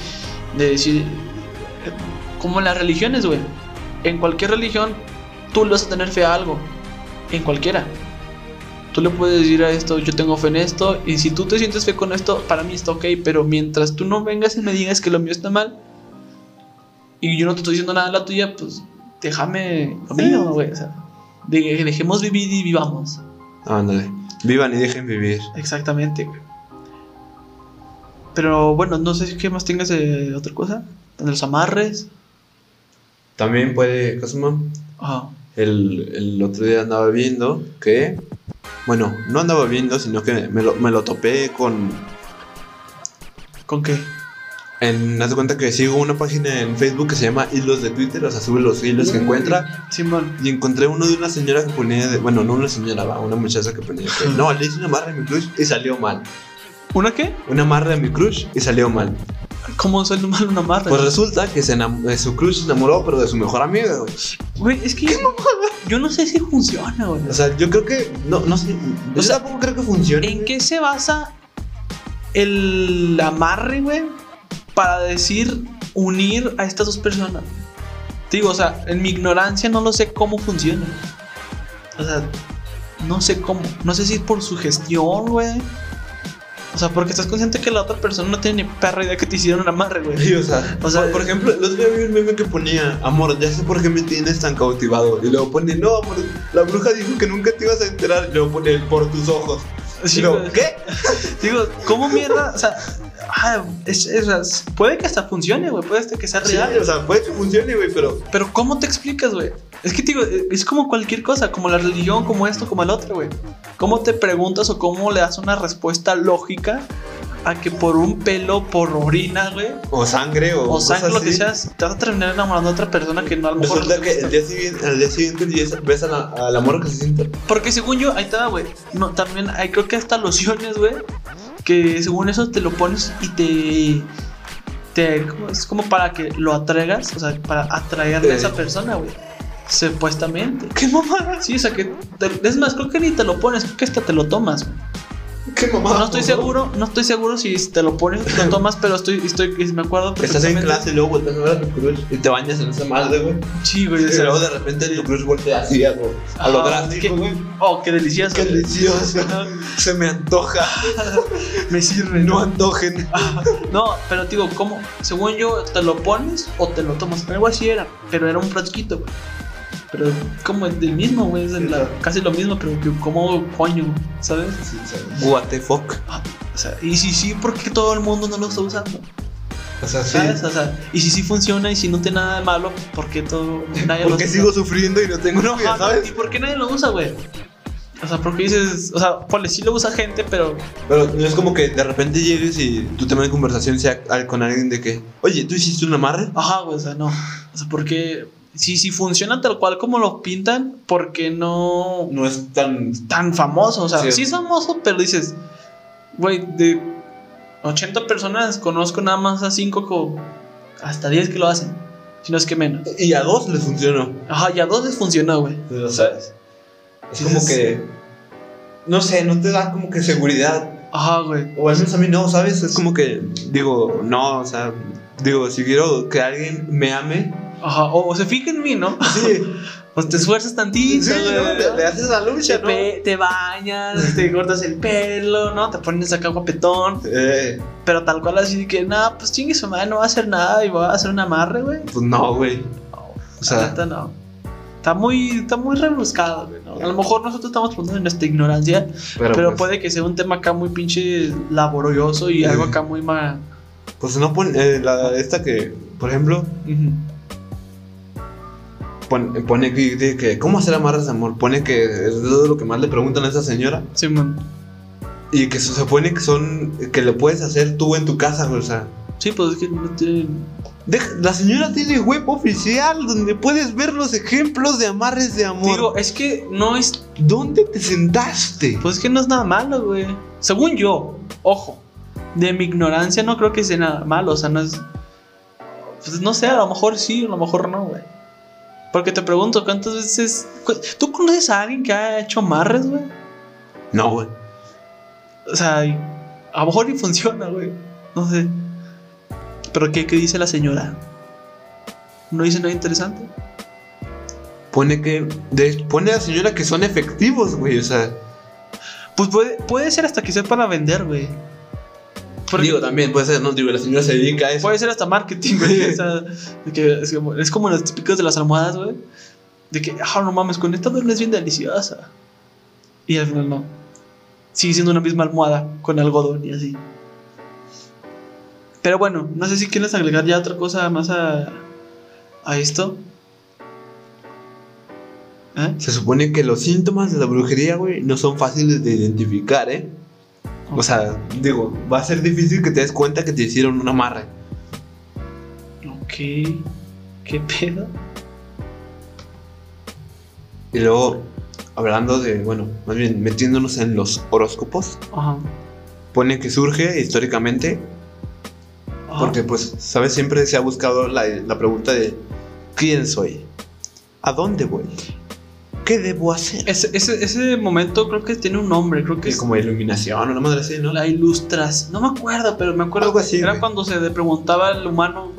[SPEAKER 1] de decir, eh, como en las religiones, güey. En cualquier religión, tú le vas a tener fe a algo. En cualquiera. Tú le puedes decir a esto, yo tengo fe en esto, y si tú te sientes fe con esto, para mí está ok, pero mientras tú no vengas y me digas que lo mío está mal, y yo no te estoy diciendo nada de la tuya, pues déjame lo
[SPEAKER 2] Sí.
[SPEAKER 1] mío, güey. O sea, de- dejemos vivir y vivamos.
[SPEAKER 2] Ándale. Vivan y dejen vivir.
[SPEAKER 1] Exactamente, güey. Pero bueno, no sé si qué más tengas de otra cosa. De los amarres.
[SPEAKER 2] También puede, Cosmo,
[SPEAKER 1] Ajá.
[SPEAKER 2] El, el otro día andaba viendo que. Bueno, no andaba viendo, sino que me lo, me lo topé con.
[SPEAKER 1] ¿Con qué?
[SPEAKER 2] En, haz de cuenta que sigo una página en Facebook que se llama Hilos de Twitter, o sea, sube los hilos que encuentra.
[SPEAKER 1] Simón.
[SPEAKER 2] Y encontré uno de una señora que ponía. de- bueno, no una señora, va, una muchacha que ponía. que, no, le hice una amarra a mi crush y salió mal.
[SPEAKER 1] ¿Una qué?
[SPEAKER 2] Una amarra a mi crush y salió mal.
[SPEAKER 1] ¿Cómo es el mal un amarre?
[SPEAKER 2] Pues resulta que se enam- eh, su crush se enamoró, pero de su mejor amiga, güey.
[SPEAKER 1] Güey, es que yo, yo no sé si funciona, güey.
[SPEAKER 2] O sea, yo creo que. No, no sé. Yo
[SPEAKER 1] O sea,
[SPEAKER 2] tampoco creo que funcione.
[SPEAKER 1] ¿En qué se basa el amarre, güey? Para decir unir a estas dos personas. Te digo, o sea, en mi ignorancia no lo sé cómo funciona. O sea, no sé cómo. No sé si es por sugestión, güey. O sea, porque estás consciente que la otra persona no tiene ni perra idea que te hicieron un amarre, güey.
[SPEAKER 2] Sí, o sea,
[SPEAKER 1] O sea,
[SPEAKER 2] por, por ejemplo, el otro día vi un meme que ponía, amor, ya sé por qué me tienes tan cautivado. Y luego pone, no, amor, la bruja dijo que nunca te ibas a enterar. Y luego pone, por tus ojos.
[SPEAKER 1] Sí,
[SPEAKER 2] y luego,
[SPEAKER 1] güey.
[SPEAKER 2] ¿qué?
[SPEAKER 1] Digo, ¿cómo mierda? O sea, Ah, es, es- es- puede que hasta funcione, güey. Puede hasta que sea
[SPEAKER 2] Sí,
[SPEAKER 1] real.
[SPEAKER 2] o sea, puede que funcione, güey, pero.
[SPEAKER 1] Pero ¿cómo te explicas, güey? Es que te digo, eh, es como cualquier cosa, como la religión, como esto, como el otro, güey. ¿Cómo te preguntas o cómo le das una respuesta lógica a que por un pelo, por orina, güey,
[SPEAKER 2] O sangre o.
[SPEAKER 1] o sangre, lo
[SPEAKER 2] cosas
[SPEAKER 1] que
[SPEAKER 2] así.
[SPEAKER 1] seas, te vas a terminar enamorando a otra persona que no a lo mejor...
[SPEAKER 2] Resulta que el día siguiente, al día siguiente ves- ves a la, a la morra que se siente.
[SPEAKER 1] Porque según yo, ahí estaba, güey. No, también hay creo que hasta lociones, güey. Que según eso te lo pones y te. te ¿cómo es como para que lo atraigas. O sea, para atraerle a
[SPEAKER 2] Eh.
[SPEAKER 1] esa persona, güey. Supuestamente. ¿Qué mamada? Sí, o sea que. te- es más, creo que ni te lo pones, creo que hasta te lo tomas. güey.
[SPEAKER 2] ¿Qué mamá?
[SPEAKER 1] No estoy seguro, no estoy seguro si te lo pones o te lo tomas, pero estoy, estoy, me acuerdo
[SPEAKER 2] Estás en
[SPEAKER 1] perfectamente.
[SPEAKER 2] clase y luego volteas a ver a tu crush y te bañas en esa madre, güey.
[SPEAKER 1] Sí, güey.
[SPEAKER 2] Y
[SPEAKER 1] o sea,
[SPEAKER 2] luego de repente tu crush voltea así a lo, a lo
[SPEAKER 1] Ah, qué-
[SPEAKER 2] drástico, güey.
[SPEAKER 1] Oh, qué delicioso.
[SPEAKER 2] Qué delicioso. Se me antoja.
[SPEAKER 1] me sirve.
[SPEAKER 2] No antojen.
[SPEAKER 1] No, pero te digo, ¿cómo? Según yo, te lo pones o te lo tomas. Algo así era, pero era un frasquito, güey. Pero como el del mismo, güey. Es el- la- casi lo mismo, pero que como coño, ¿sabes?
[SPEAKER 2] What the fuck.
[SPEAKER 1] O sea, y si sí, ¿por qué todo el mundo no lo está usando?
[SPEAKER 2] O sea, sí.
[SPEAKER 1] ¿Sabes? O sea, y si sí funciona y si no tiene nada de malo, ¿por qué todo, nadie lo
[SPEAKER 2] ¿Por qué
[SPEAKER 1] usa?
[SPEAKER 2] sigo sufriendo y no tengo novia,
[SPEAKER 1] Ajá,
[SPEAKER 2] sabes?
[SPEAKER 1] ¿Y por qué nadie lo usa, güey? O sea, porque dices, o sea, ponle, sí lo usa gente, pero
[SPEAKER 2] Pero no es como que de repente llegues y tu tema de conversación sea al- con alguien de que, oye, ¿tú hiciste un amarre?
[SPEAKER 1] Ajá, güey, o sea, no. O sea, porque si, si funciona tal cual como lo pintan, ¿por qué no
[SPEAKER 2] No es tan.
[SPEAKER 1] tan famoso? O sea,
[SPEAKER 2] Sí.
[SPEAKER 1] sí, es famoso, pero dices, güey, de 80 personas conozco nada más a 5 o hasta 10 que lo hacen, si no es que menos.
[SPEAKER 2] Y a dos les funcionó.
[SPEAKER 1] Ajá, y a dos les funcionó, güey.
[SPEAKER 2] Lo sabes. Es
[SPEAKER 1] Sí,
[SPEAKER 2] como
[SPEAKER 1] sí,
[SPEAKER 2] que. No sé, no te da como que seguridad.
[SPEAKER 1] Ajá, güey.
[SPEAKER 2] O al menos a mí no, ¿sabes? Es como que. Digo, no, o sea. Digo, si quiero que alguien me ame.
[SPEAKER 1] Ajá, o, o se fija en mí, ¿no?
[SPEAKER 2] Sí,
[SPEAKER 1] Pues te esfuerzas
[SPEAKER 2] sí,
[SPEAKER 1] tantito, güey.
[SPEAKER 2] ¿no? Le, le haces la
[SPEAKER 1] te,
[SPEAKER 2] lucha, ¿no?
[SPEAKER 1] pe- te bañas, te cortas el pelo, ¿no? Te pones acá guapetón.
[SPEAKER 2] Eh,
[SPEAKER 1] Pero tal cual así de que, nada, pues chingue su madre, no va a hacer nada y va a hacer un amarre, güey.
[SPEAKER 2] pues no, güey. O
[SPEAKER 1] O sea,
[SPEAKER 2] sea,
[SPEAKER 1] no. Está muy, está muy rebuscado, güey. ¿no? A lo mejor nosotros estamos poniendo en nuestra ignorancia, pero,
[SPEAKER 2] pues-
[SPEAKER 1] puede que sea un tema acá muy pinche laborioso y algo acá muy mal.
[SPEAKER 2] Pues no pone. eh, la, esta que, por ejemplo, pon- pone aquí de que. ¿Cómo hacer amarras de amor? Pone que es todo lo que más le preguntan a esa señora.
[SPEAKER 1] Simón.
[SPEAKER 2] Y que se supone que son. Que le puedes hacer tú en tu casa, güey. O sea.
[SPEAKER 1] Sí, pues es que no tiene.
[SPEAKER 2] deja- la señora tiene web oficial donde puedes ver los ejemplos de amarres de amor.
[SPEAKER 1] Digo, es que no es.
[SPEAKER 2] ¿Dónde te sentaste?
[SPEAKER 1] Pues es que no es nada malo, güey. Según yo, ojo, de mi ignorancia no creo que sea nada malo, o sea, no es. Pues no sé, a lo mejor sí, a lo mejor no, güey. Porque te pregunto, ¿cuántas veces. cu- ¿Tú conoces a alguien que ha hecho marres, güey?
[SPEAKER 2] No, güey.
[SPEAKER 1] O sea, y- a lo mejor ni funciona, güey. No sé. Pero ¿qué, qué dice la señora? ¿No dice nada interesante?
[SPEAKER 2] Pone que. de- pone a la señora que son efectivos, güey. O sea.
[SPEAKER 1] Pues puede, puede ser hasta que sea para vender, güey. Porque
[SPEAKER 2] Digo, también puede ser, no, digo, la señora se dedica a eso.
[SPEAKER 1] Puede ser hasta marketing, güey. o sea, de que es, como, es como los típicos de las almohadas, güey. De que, ah, no mames, con esta duermes bien deliciosa. Y al final no. Sigue siendo una misma almohada con algodón y así. Pero bueno, no sé si quieres agregar ya otra cosa más a, a esto. ¿Eh?
[SPEAKER 2] Se supone que los síntomas de la brujería, güey, no son fáciles de identificar, ¿eh? O sea, digo, va a ser difícil que te des cuenta que te hicieron un amarre.
[SPEAKER 1] Ok. ¿Qué pedo?
[SPEAKER 2] Y luego, hablando de, bueno, más bien metiéndonos en los horóscopos,
[SPEAKER 1] Ajá.
[SPEAKER 2] pone que surge históricamente,
[SPEAKER 1] Ajá.
[SPEAKER 2] porque pues, ¿sabes? Siempre se ha buscado la, la pregunta de ¿quién soy? ¿A dónde voy? ¿Qué debo hacer?
[SPEAKER 1] Ese, ese, ese momento creo que tiene un nombre, creo que
[SPEAKER 2] Es
[SPEAKER 1] es
[SPEAKER 2] como iluminación, una madre así, ¿no?
[SPEAKER 1] La ilustras, no me acuerdo, pero me acuerdo
[SPEAKER 2] Algo
[SPEAKER 1] que
[SPEAKER 2] así,
[SPEAKER 1] era
[SPEAKER 2] güey.
[SPEAKER 1] cuando se le preguntaba al humano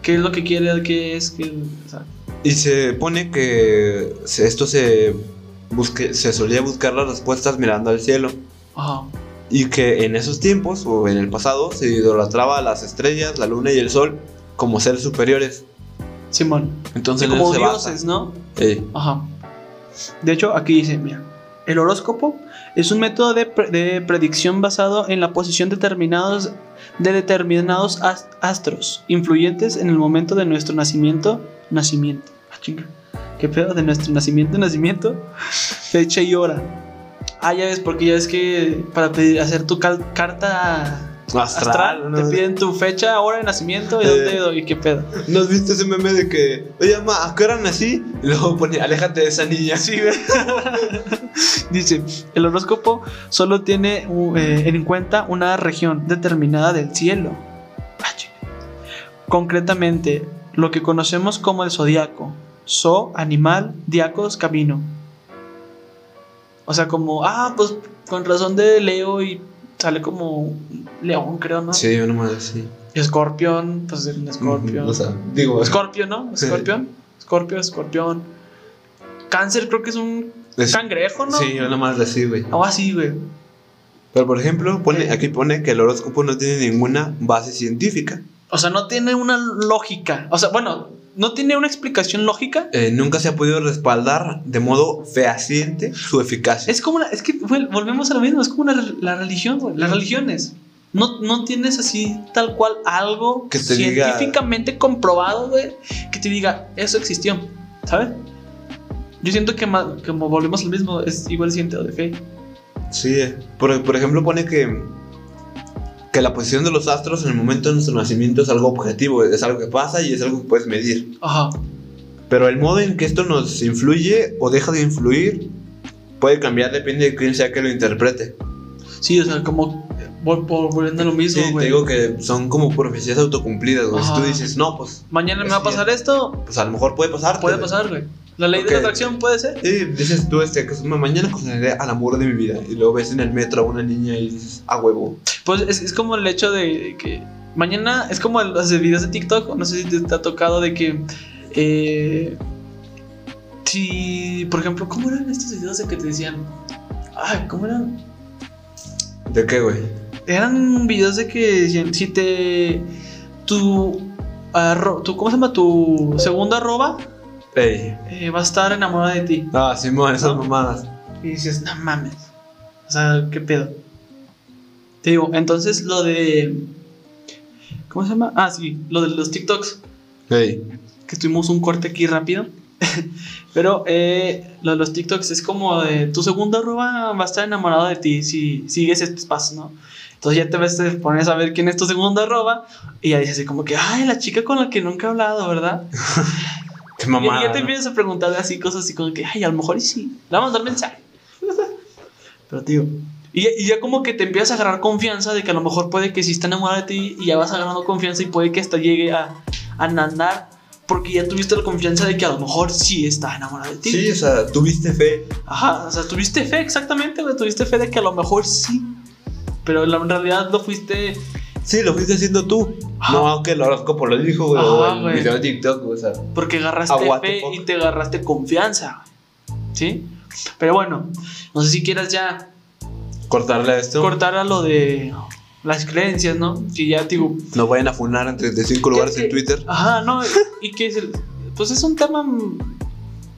[SPEAKER 1] qué es lo que quiere, qué es, qué, o sea,
[SPEAKER 2] Y se pone que se- esto se, busque, se solía buscar las respuestas mirando al cielo.
[SPEAKER 1] ajá.
[SPEAKER 2] Y que en esos tiempos o en el pasado se idolatraba a las estrellas, la luna y el sol como seres superiores.
[SPEAKER 1] Simón,
[SPEAKER 2] Entonces
[SPEAKER 1] Sí,
[SPEAKER 2] en
[SPEAKER 1] como
[SPEAKER 2] eso se basa.
[SPEAKER 1] dioses, ¿no?
[SPEAKER 2] Ey,
[SPEAKER 1] Ajá. De hecho, aquí dice, mira, el horóscopo Es un método de, pre- de predicción basado en la posición determinados de determinados as- astros influyentes en el momento de nuestro nacimiento. Nacimiento. Ah, chinga. ¿Qué pedo? De nuestro nacimiento, nacimiento. Fecha y hora. Ah, ya ves, porque ya ves que para pedir, hacer tu cal- carta astral, te
[SPEAKER 2] ¿no?
[SPEAKER 1] piden tu fecha, hora de nacimiento y
[SPEAKER 2] Eh.
[SPEAKER 1] dónde y qué pedo.
[SPEAKER 2] ¿No has visto ese meme de que, oye, ma, ¿a qué hora nací? Y luego pone, aléjate de esa niña.
[SPEAKER 1] Sí, güey. Dice, el horóscopo solo tiene uh, eh, en cuenta una región determinada del cielo. Ah, chinga. Concretamente, lo que conocemos como el zodiaco. So, animal, diacos, camino. O sea, como, ah, pues con razón de Leo y sale como León, creo, ¿no?
[SPEAKER 2] Sí, una madre, sí.
[SPEAKER 1] Escorpión, pues en Escorpión.
[SPEAKER 2] O sea, digo,
[SPEAKER 1] Scorpio, ¿no? Scorpión. Scorpio, escorpión. Cáncer creo que es un
[SPEAKER 2] es-
[SPEAKER 1] cangrejo, ¿no?
[SPEAKER 2] Sí, una madre así, güey.
[SPEAKER 1] Algo así, güey.
[SPEAKER 2] Pero por ejemplo, pone, aquí pone que el horóscopo no tiene ninguna base científica.
[SPEAKER 1] O sea, no tiene una lógica. O sea, bueno, no tiene una explicación lógica.
[SPEAKER 2] Eh, nunca se ha podido respaldar de modo fehaciente su eficacia.
[SPEAKER 1] Es como una, es que güey, volvemos a lo mismo, es como una, la religión, güey. Las religiones. No, no tienes así tal cual algo
[SPEAKER 2] Que te diga-
[SPEAKER 1] científicamente comprobado, güey, que te diga, eso existió, ¿sabes? Yo siento que ma- como volvemos al mismo, es igual ciento de fe.
[SPEAKER 2] Sí, eh. por, por ejemplo, pone que, que la posición de los astros en el momento de nuestro nacimiento es algo objetivo, es algo que pasa y es algo que puedes medir.
[SPEAKER 1] Ajá.
[SPEAKER 2] Pero el modo en que esto nos influye o deja de influir puede cambiar, depende de quién sea que lo interprete.
[SPEAKER 1] Sí, o sea, como eh, vol- vol- volviendo a lo mismo,
[SPEAKER 2] Sí, te
[SPEAKER 1] güey.
[SPEAKER 2] digo que son como profecías autocumplidas, güey. Si tú
[SPEAKER 1] Ajá.
[SPEAKER 2] dices, no, pues,
[SPEAKER 1] Mañana me va a
[SPEAKER 2] Así es.
[SPEAKER 1] pasar esto,
[SPEAKER 2] pues a lo mejor puede pasar.
[SPEAKER 1] puede pasar, güey. La ley de la
[SPEAKER 2] Ok.
[SPEAKER 1] atracción puede ser.
[SPEAKER 2] Y dices tú, este, que es- mañana conoceré al amor de mi vida. Y luego ves en el metro a una niña y dices, a huevo.
[SPEAKER 1] Pues es, es como el hecho de que mañana es como los videos de TikTok, no sé si te, te ha tocado de que eh, si por ejemplo, ¿cómo eran estos videos de que te decían? Ay, ¿cómo eran?
[SPEAKER 2] ¿De qué, güey?
[SPEAKER 1] Eran videos de que decían, si te tu, arro- tu ¿cómo se llama? tu segunda arroba
[SPEAKER 2] Ey.
[SPEAKER 1] eh, va a estar enamorada de ti.
[SPEAKER 2] Ah, Simón, esas
[SPEAKER 1] No.
[SPEAKER 2] mamadas.
[SPEAKER 1] Y dices, no mames. O sea, ¿qué pedo? Te digo, entonces lo de. ¿Cómo se llama? Ah, sí, lo de los TikToks.
[SPEAKER 2] Ey.
[SPEAKER 1] Que tuvimos un corte aquí rápido. Pero eh, lo de los TikToks es como de tu segunda arroba va a estar enamorado de ti si sigues estos pasos, ¿no? Entonces ya te ves, te pones a ver quién es tu segunda arroba y ya dices así como que, ay, la chica con la que nunca he hablado, ¿verdad?
[SPEAKER 2] Qué
[SPEAKER 1] Y
[SPEAKER 2] mamada.
[SPEAKER 1] ya te
[SPEAKER 2] ¿no?
[SPEAKER 1] empiezas a preguntar así cosas así como que, ay, a lo mejor y sí. Le vamos a mandar mensaje. Pero tío. Y ya, y ya como que te empiezas a agarrar confianza de que a lo mejor puede que sí está enamorada de ti y ya vas agarrando confianza y puede que hasta llegue a, a nanar porque ya tuviste la confianza de que a lo mejor sí está enamorada de ti.
[SPEAKER 2] Sí, o sea, tuviste fe.
[SPEAKER 1] Ajá, o sea, tuviste fe, exactamente, güey, tuviste fe de que a lo mejor sí. Pero la- en realidad no fuiste...
[SPEAKER 2] Sí, lo fuiste haciendo tú.
[SPEAKER 1] Ajá.
[SPEAKER 2] No, aunque el horóscopo lo dijo, güey.
[SPEAKER 1] Ajá,
[SPEAKER 2] o el
[SPEAKER 1] güey.
[SPEAKER 2] video de TikTok, güey, o sea.
[SPEAKER 1] Porque agarraste
[SPEAKER 2] Ah, what the
[SPEAKER 1] fe
[SPEAKER 2] fuck.
[SPEAKER 1] y te agarraste confianza. ¿Sí? Pero bueno, no sé si quieras ya
[SPEAKER 2] Cortarle a esto.
[SPEAKER 1] cortar a lo de las creencias, ¿no? Que ya te digo,
[SPEAKER 2] Nos vayan a funar en 35
[SPEAKER 1] ¿Qué-
[SPEAKER 2] lugares
[SPEAKER 1] qué?
[SPEAKER 2] en Twitter.
[SPEAKER 1] ajá, no, y que es el- pues es un tema mm,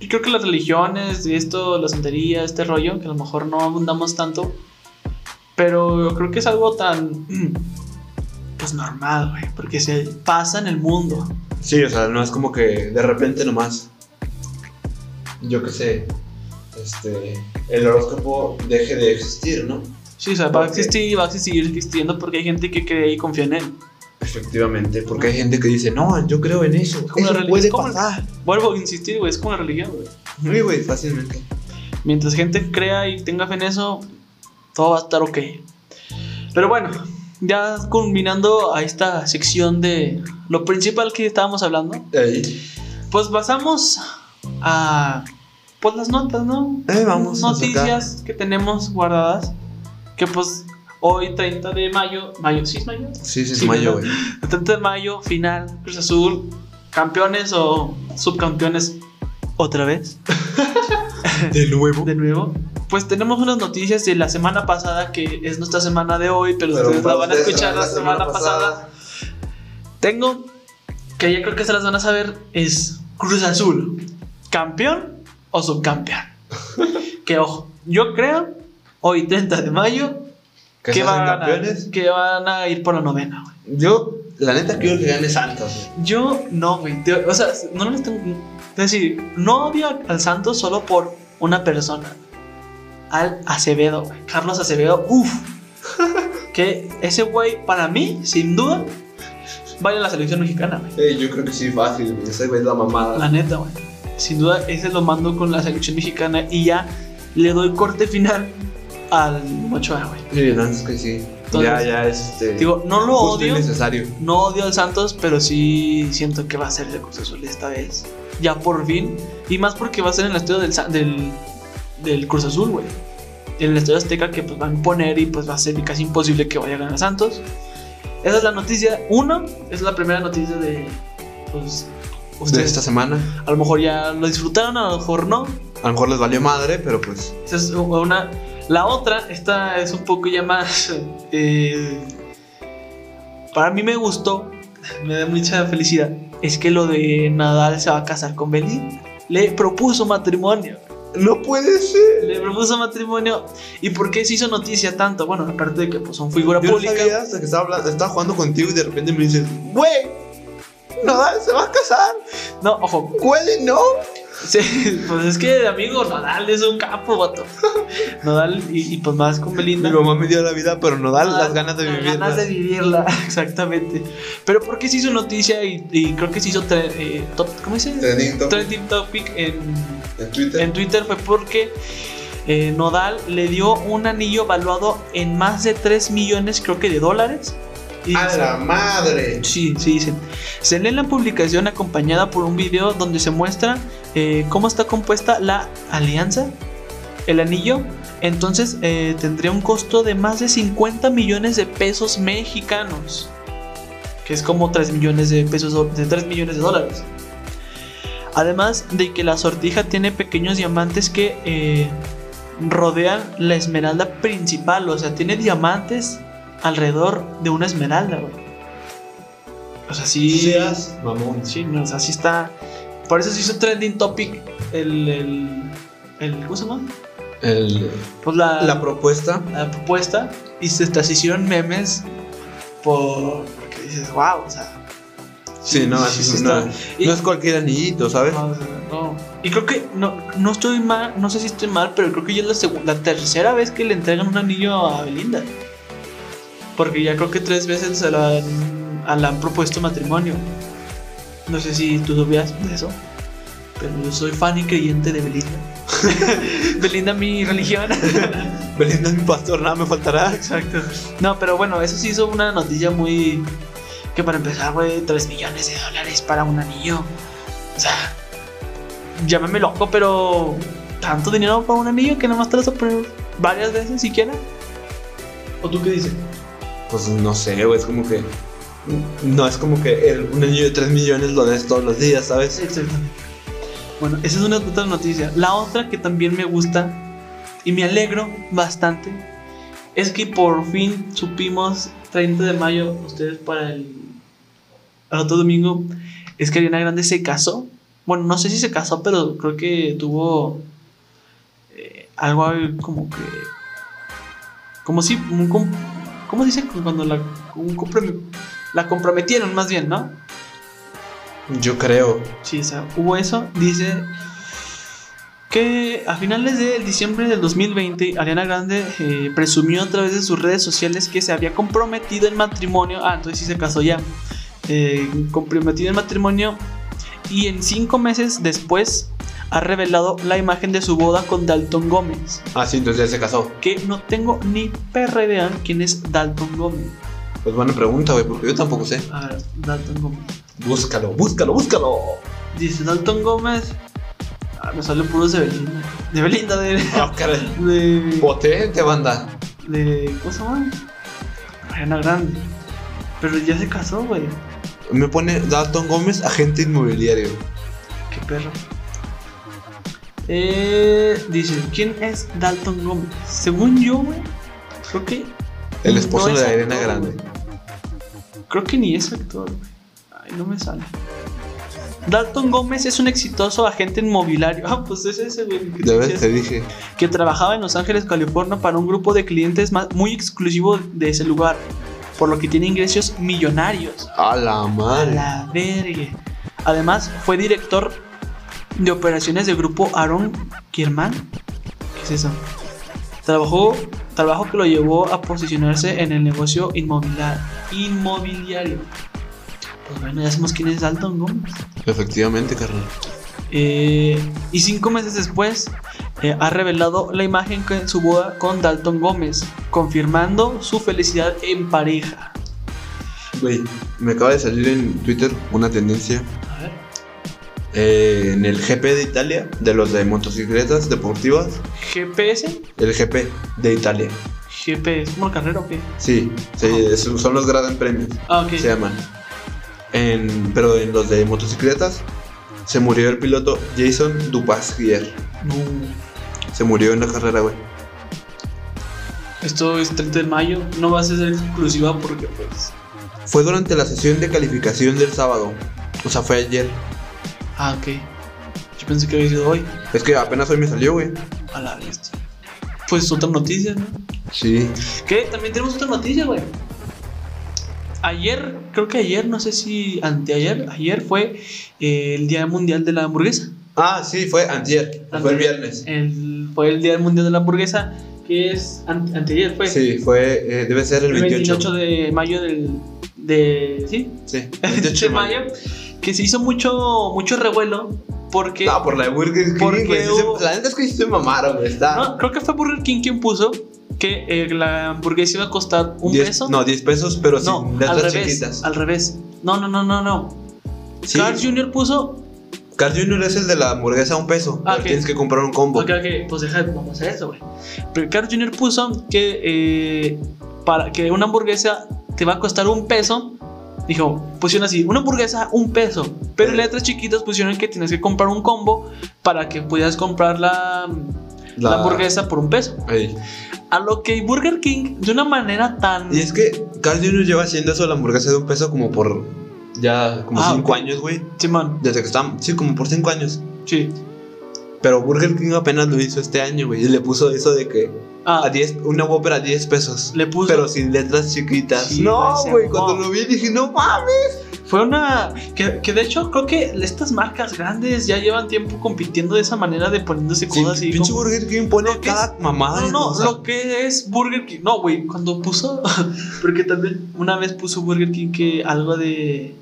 [SPEAKER 1] yo creo que las religiones, y esto, la santería, este rollo, que a lo mejor no abundamos tanto, pero yo creo que es algo tan mm, pues normal, güey, porque se pasa en el mundo.
[SPEAKER 2] Sí, o sea, no es como que de repente nomás. Yo qué sé. Este. El horóscopo deje de existir, ¿no?
[SPEAKER 1] Sí, o sea, va a
[SPEAKER 2] Ok.
[SPEAKER 1] existir y va a seguir existiendo porque hay gente que cree y confía en él.
[SPEAKER 2] Efectivamente, porque hay gente que dice, no, yo creo en eso.
[SPEAKER 1] como la
[SPEAKER 2] Eso
[SPEAKER 1] relig-
[SPEAKER 2] puede
[SPEAKER 1] es como-
[SPEAKER 2] pasar.
[SPEAKER 1] Vuelvo a insistir, güey, es como la religión, güey.
[SPEAKER 2] Sí, güey, fácilmente.
[SPEAKER 1] Mientras gente crea y tenga fe en eso, todo va a estar ok. Pero bueno, ya culminando a esta sección de lo principal que estábamos hablando,
[SPEAKER 2] Ey.
[SPEAKER 1] pues pasamos a pues las notas, ¿no?
[SPEAKER 2] Eh, vamos a sacar.
[SPEAKER 1] Noticias que tenemos guardadas, que pues hoy 30 de mayo, mayo, ¿sí es mayo?
[SPEAKER 2] Sí, sí, es
[SPEAKER 1] Sí,
[SPEAKER 2] mayo,
[SPEAKER 1] ¿verdad?
[SPEAKER 2] güey.
[SPEAKER 1] 30 de mayo, final, Cruz Azul, campeones o subcampeones otra vez.
[SPEAKER 2] De nuevo.
[SPEAKER 1] de nuevo. Pues tenemos unas noticias de la semana pasada, que es nuestra semana de hoy, pero,
[SPEAKER 2] Pero
[SPEAKER 1] ustedes la
[SPEAKER 2] para
[SPEAKER 1] van a
[SPEAKER 2] ustedes
[SPEAKER 1] escuchar
[SPEAKER 2] será
[SPEAKER 1] la semana, pasada. Tengo, que ya creo que se las van a saber, es Cruz Azul, campeón o subcampeón. que ojo, yo creo hoy 30 de mayo,
[SPEAKER 2] Que
[SPEAKER 1] que
[SPEAKER 2] se hacen
[SPEAKER 1] van, a,
[SPEAKER 2] campeones.
[SPEAKER 1] que van a ir por la novena, güey.
[SPEAKER 2] Yo, la neta, quiero que gane Santos. güey.
[SPEAKER 1] Yo no, güey. te- O sea, no les tengo. Es decir, no odio al Santos solo por una persona. Al Acevedo, güey. Carlos Acevedo, uff. que ese güey, para mí, sin duda, vale a la selección mexicana, güey.
[SPEAKER 2] Eh, yo creo que sí, fácil. güey. Ese güey es la mamada.
[SPEAKER 1] La neta, güey. Sin duda, ese lo mando con la selección mexicana y ya le doy corte final al Ochoa, güey.
[SPEAKER 2] Sí, no, es que sí.
[SPEAKER 1] Entonces,
[SPEAKER 2] ya, ya, este.
[SPEAKER 1] Digo, no lo
[SPEAKER 2] justo y
[SPEAKER 1] odio.
[SPEAKER 2] necesario.
[SPEAKER 1] No odio al Santos, pero sí siento que va a ser de Cruz Azul esta vez. Ya por fin. Y más porque va a ser en el estadio del, Sa- del, del Cruz Azul, güey. En el estadio Azteca que pues van a poner y pues va a ser casi imposible que vaya a ganar Santos. Esa es la noticia. Uno, es la primera noticia de... Pues
[SPEAKER 2] De
[SPEAKER 1] ustedes
[SPEAKER 2] esta semana.
[SPEAKER 1] a lo mejor ya lo disfrutaron, a lo mejor no.
[SPEAKER 2] A lo mejor les valió madre, pero pues.
[SPEAKER 1] Esa es una. La otra, esta es un poco ya más. eh, para mí me gustó, me da mucha felicidad. Es que lo de Nadal se va a casar con Belinda. Le propuso matrimonio.
[SPEAKER 2] ¡No puede ser!
[SPEAKER 1] Le propuso matrimonio. ¿Y por qué se hizo noticia tanto? Bueno, aparte de que pues, son figura
[SPEAKER 2] Yo no
[SPEAKER 1] pública.
[SPEAKER 2] sabía hasta que estaba, hablando- estaba jugando contigo y de repente me dices, ¡Güey! Nadal se va a casar.
[SPEAKER 1] No, ojo.
[SPEAKER 2] ¡Güey, no!
[SPEAKER 1] Sí, pues es que, amigo, Nadal es un capo, vato. Nadal y, y, pues más con Belinda.
[SPEAKER 2] Mi mamá me dio la vida, pero Nodal
[SPEAKER 1] Ah,
[SPEAKER 2] las ganas de
[SPEAKER 1] las
[SPEAKER 2] vivir.
[SPEAKER 1] ganas de vivirla, exactamente. Pero porque se hizo noticia y, y creo que se hizo tre- eh, top, ¿cómo se dice? Trending topic en,
[SPEAKER 2] En Twitter.
[SPEAKER 1] en Twitter fue porque eh, Nodal le dio un anillo valuado en más de 3 millones, creo que de dólares. Y
[SPEAKER 2] ¡A
[SPEAKER 1] se-
[SPEAKER 2] Ah, la madre!
[SPEAKER 1] Sí, sí, dicen. Se lee la publicación acompañada por un video donde se muestra eh, cómo está compuesta la alianza, el anillo. Entonces eh, tendría un costo de más de 50 millones de pesos mexicanos. Que es como 3 millones de pesos, do- de 3 millones de dólares. Además de que la sortija tiene pequeños diamantes que eh, rodean la esmeralda principal. O sea, tiene diamantes alrededor de una esmeralda, güey. O sea, sí.
[SPEAKER 2] Seas mamón.
[SPEAKER 1] Sí, no, o sea, sí está. Por eso se hizo trending topic el. el, el- ¿Cómo se llama?
[SPEAKER 2] El-
[SPEAKER 1] Pues la,
[SPEAKER 2] la propuesta.
[SPEAKER 1] la propuesta. Y se, hasta se hicieron memes por. Porque dices, wow, o sea.
[SPEAKER 2] Sí, no,
[SPEAKER 1] sí,
[SPEAKER 2] es-
[SPEAKER 1] sí
[SPEAKER 2] no,
[SPEAKER 1] está. Y-
[SPEAKER 2] no es cualquier anillito, ¿sabes?
[SPEAKER 1] no, o sea, no. Y creo que no, no estoy mal, no sé si estoy mal, pero creo que ya es la, segu- la tercera vez que le entregan un anillo a Belinda. Porque ya creo que tres veces se la han, a la han propuesto matrimonio. No sé si tú sabías de eso, pero yo soy fan y creyente de Belinda. Belinda, mi religión.
[SPEAKER 2] Belinda es mi pastor, nada me faltará.
[SPEAKER 1] Exacto. No, pero bueno, eso sí hizo una noticia muy. Que para empezar, güey, 3 millones de dólares para un anillo. O sea, llámame loco, pero. ¿Tanto dinero para un anillo que nomás te lo vas a poner varias veces siquiera? ¿O tú qué dices?
[SPEAKER 2] Pues no sé, güey, es como que. No es como que el- un anillo de 3 millones lo des todos los días, ¿sabes?
[SPEAKER 1] Exactamente. Bueno, esa es una otra noticia. La otra que también me gusta y me alegro bastante es que por fin supimos 30 de mayo, ustedes para el, el otro domingo, es que Ariana Grande se casó. Bueno, no sé si se casó, pero creo que tuvo eh, algo ahí como que... Como si... Un, com- ¿Cómo se dice? Cuando la, un comprom- la comprometieron más bien, ¿no?
[SPEAKER 2] Yo creo.
[SPEAKER 1] Sí, o sea, hubo eso. Dice que a finales de diciembre del 2020, Ariana Grande eh, presumió a través de sus redes sociales que se había comprometido en matrimonio. Ah, entonces sí se casó ya. Eh, comprometido en matrimonio. Y en cinco meses después ha revelado la imagen de su boda con Dalton Gómez.
[SPEAKER 2] Ah, sí, entonces ya se casó.
[SPEAKER 1] Que no tengo ni perra idea quién es Dalton Gómez.
[SPEAKER 2] Pues buena pregunta, güey, porque yo tampoco sé.
[SPEAKER 1] A ver, Dalton Gómez.
[SPEAKER 2] Búscalo, búscalo, búscalo.
[SPEAKER 1] Dice Dalton Gómez. Ah, me salen puros de Belinda. De Belinda, de.
[SPEAKER 2] Ah, caray. Pues.
[SPEAKER 1] de,
[SPEAKER 2] Potente, banda.
[SPEAKER 1] de ¿Cómo se llama? Ariana Grande. Pero ya se casó, güey.
[SPEAKER 2] Me pone Dalton Gómez, agente inmobiliario.
[SPEAKER 1] Qué perro. Eh, dice, ¿quién es Dalton Gómez? Según yo, güey, creo que.
[SPEAKER 2] El
[SPEAKER 1] no
[SPEAKER 2] esposo
[SPEAKER 1] es
[SPEAKER 2] de Ariana
[SPEAKER 1] actor,
[SPEAKER 2] Grande.
[SPEAKER 1] güey. Creo que ni es actor, güey. Ay, no me sale. Dalton Gómez es un exitoso agente inmobiliario. Ah, pues es ese, güey.
[SPEAKER 2] Ya ves, te dije.
[SPEAKER 1] Que trabajaba en Los Ángeles, California para un grupo de clientes más- muy exclusivo de ese lugar. Por lo que tiene ingresos millonarios.
[SPEAKER 2] A la
[SPEAKER 1] A
[SPEAKER 2] madre.
[SPEAKER 1] la verga. Además, fue director de operaciones del grupo Aaron Kierman. ¿Qué es eso? Trabajó, trabajo que lo llevó a posicionarse en el negocio inmobiliar- inmobiliario. Pues bueno, ya sabemos quién es Dalton Gómez.
[SPEAKER 2] Efectivamente, carnal.
[SPEAKER 1] Eh, y cinco meses después eh, ha revelado la imagen que- en su boda con Dalton Gómez, confirmando su felicidad en pareja.
[SPEAKER 2] Güey, me acaba de salir en Twitter una tendencia
[SPEAKER 1] A ver.
[SPEAKER 2] eh, en el GP de Italia, de los de motocicletas deportivas.
[SPEAKER 1] GPS,
[SPEAKER 2] El GP de Italia.
[SPEAKER 1] GPS, como el carrero, o qué?
[SPEAKER 2] Sí, sí,
[SPEAKER 1] Ajá.
[SPEAKER 2] es- son los Gran Premios.
[SPEAKER 1] Ah, ok.
[SPEAKER 2] Se llaman. En- pero en los de motocicletas se murió el piloto Jason Dupasquier.
[SPEAKER 1] No.
[SPEAKER 2] Se murió en la carrera, güey.
[SPEAKER 1] Esto es 30 de mayo, no va a ser exclusiva porque pues...
[SPEAKER 2] Fue durante la sesión de calificación del sábado. O sea, fue ayer.
[SPEAKER 1] Ah, ok. Yo pensé que había sido hoy.
[SPEAKER 2] Es que apenas hoy me salió, güey.
[SPEAKER 1] A la vista. Pues otra noticia, ¿no?
[SPEAKER 2] Sí.
[SPEAKER 1] Que también tenemos otra noticia, güey. Ayer, creo que ayer, no sé si anteayer, ayer fue eh, el Día Mundial de la Hamburguesa.
[SPEAKER 2] Ah, sí, fue antier. Fue el viernes.
[SPEAKER 1] El- fue el Día Mundial de la Hamburguesa, que es an- anteayer, fue.
[SPEAKER 2] Sí, fue. eh, debe ser el
[SPEAKER 1] el
[SPEAKER 2] 28.
[SPEAKER 1] 28 de mayo del. De, ¿Sí?
[SPEAKER 2] Sí,
[SPEAKER 1] 28 de mayo. Que se hizo mucho, mucho revuelo porque.
[SPEAKER 2] No, por la de Burger King,
[SPEAKER 1] Porque
[SPEAKER 2] güey, sí se-
[SPEAKER 1] hubo-
[SPEAKER 2] La neta es que sí se mamaron, güey. Está.
[SPEAKER 1] No, creo que fue Burger King quien puso que eh, la hamburguesa iba a costar un
[SPEAKER 2] 10
[SPEAKER 1] peso.
[SPEAKER 2] No, 10 pesos, pero
[SPEAKER 1] No,
[SPEAKER 2] sin letras
[SPEAKER 1] al revés.
[SPEAKER 2] chiquitas.
[SPEAKER 1] Al revés. No, no, no, no, no.
[SPEAKER 2] Sí.
[SPEAKER 1] Carl Jr. puso.
[SPEAKER 2] Carl Jr. es el de la hamburguesa a un peso.
[SPEAKER 1] Ah,
[SPEAKER 2] pero
[SPEAKER 1] ok.
[SPEAKER 2] Tienes que comprar un combo.
[SPEAKER 1] Ok, ok, pues deja, vamos a eso, güey. Pero Carl Jr. puso que eh, para que una hamburguesa te va a costar un peso. Dijo, pusieron así, una hamburguesa, un peso. Pero en letras chiquitas pusieron que tienes que comprar un combo para que pudieras comprar la, la hamburguesa por un peso.
[SPEAKER 2] Ey.
[SPEAKER 1] A lo que Burger King, de una manera tan.
[SPEAKER 2] Y es que Carl Jr. lleva haciendo eso de la hamburguesa de un peso como por. Ya, como
[SPEAKER 1] Ah,
[SPEAKER 2] 5
[SPEAKER 1] ok.
[SPEAKER 2] años, güey.
[SPEAKER 1] Simón,
[SPEAKER 2] Desde que están. Sí, como por 5 años.
[SPEAKER 1] sí.
[SPEAKER 2] Pero Burger King apenas lo hizo este año, güey. Y le puso eso de que.
[SPEAKER 1] Ah,
[SPEAKER 2] A 10, una Whopper a 10 pesos.
[SPEAKER 1] le puso.
[SPEAKER 2] Pero sin letras chiquitas.
[SPEAKER 1] Sí,
[SPEAKER 2] no,
[SPEAKER 1] güey, se
[SPEAKER 2] güey.
[SPEAKER 1] mamó.
[SPEAKER 2] Cuando lo vi dije, no mames.
[SPEAKER 1] Fue una. Que, que de hecho creo que estas marcas grandes ya llevan tiempo compitiendo de esa manera de poniéndose
[SPEAKER 2] Sí,
[SPEAKER 1] cosas así.
[SPEAKER 2] pinche
[SPEAKER 1] como-
[SPEAKER 2] Burger King pone
[SPEAKER 1] Lo que
[SPEAKER 2] cada mamada.
[SPEAKER 1] No,
[SPEAKER 2] en-
[SPEAKER 1] no,
[SPEAKER 2] o sea,
[SPEAKER 1] lo que es Burger King. No, güey, cuando puso. Porque también una vez puso Burger King que algo de.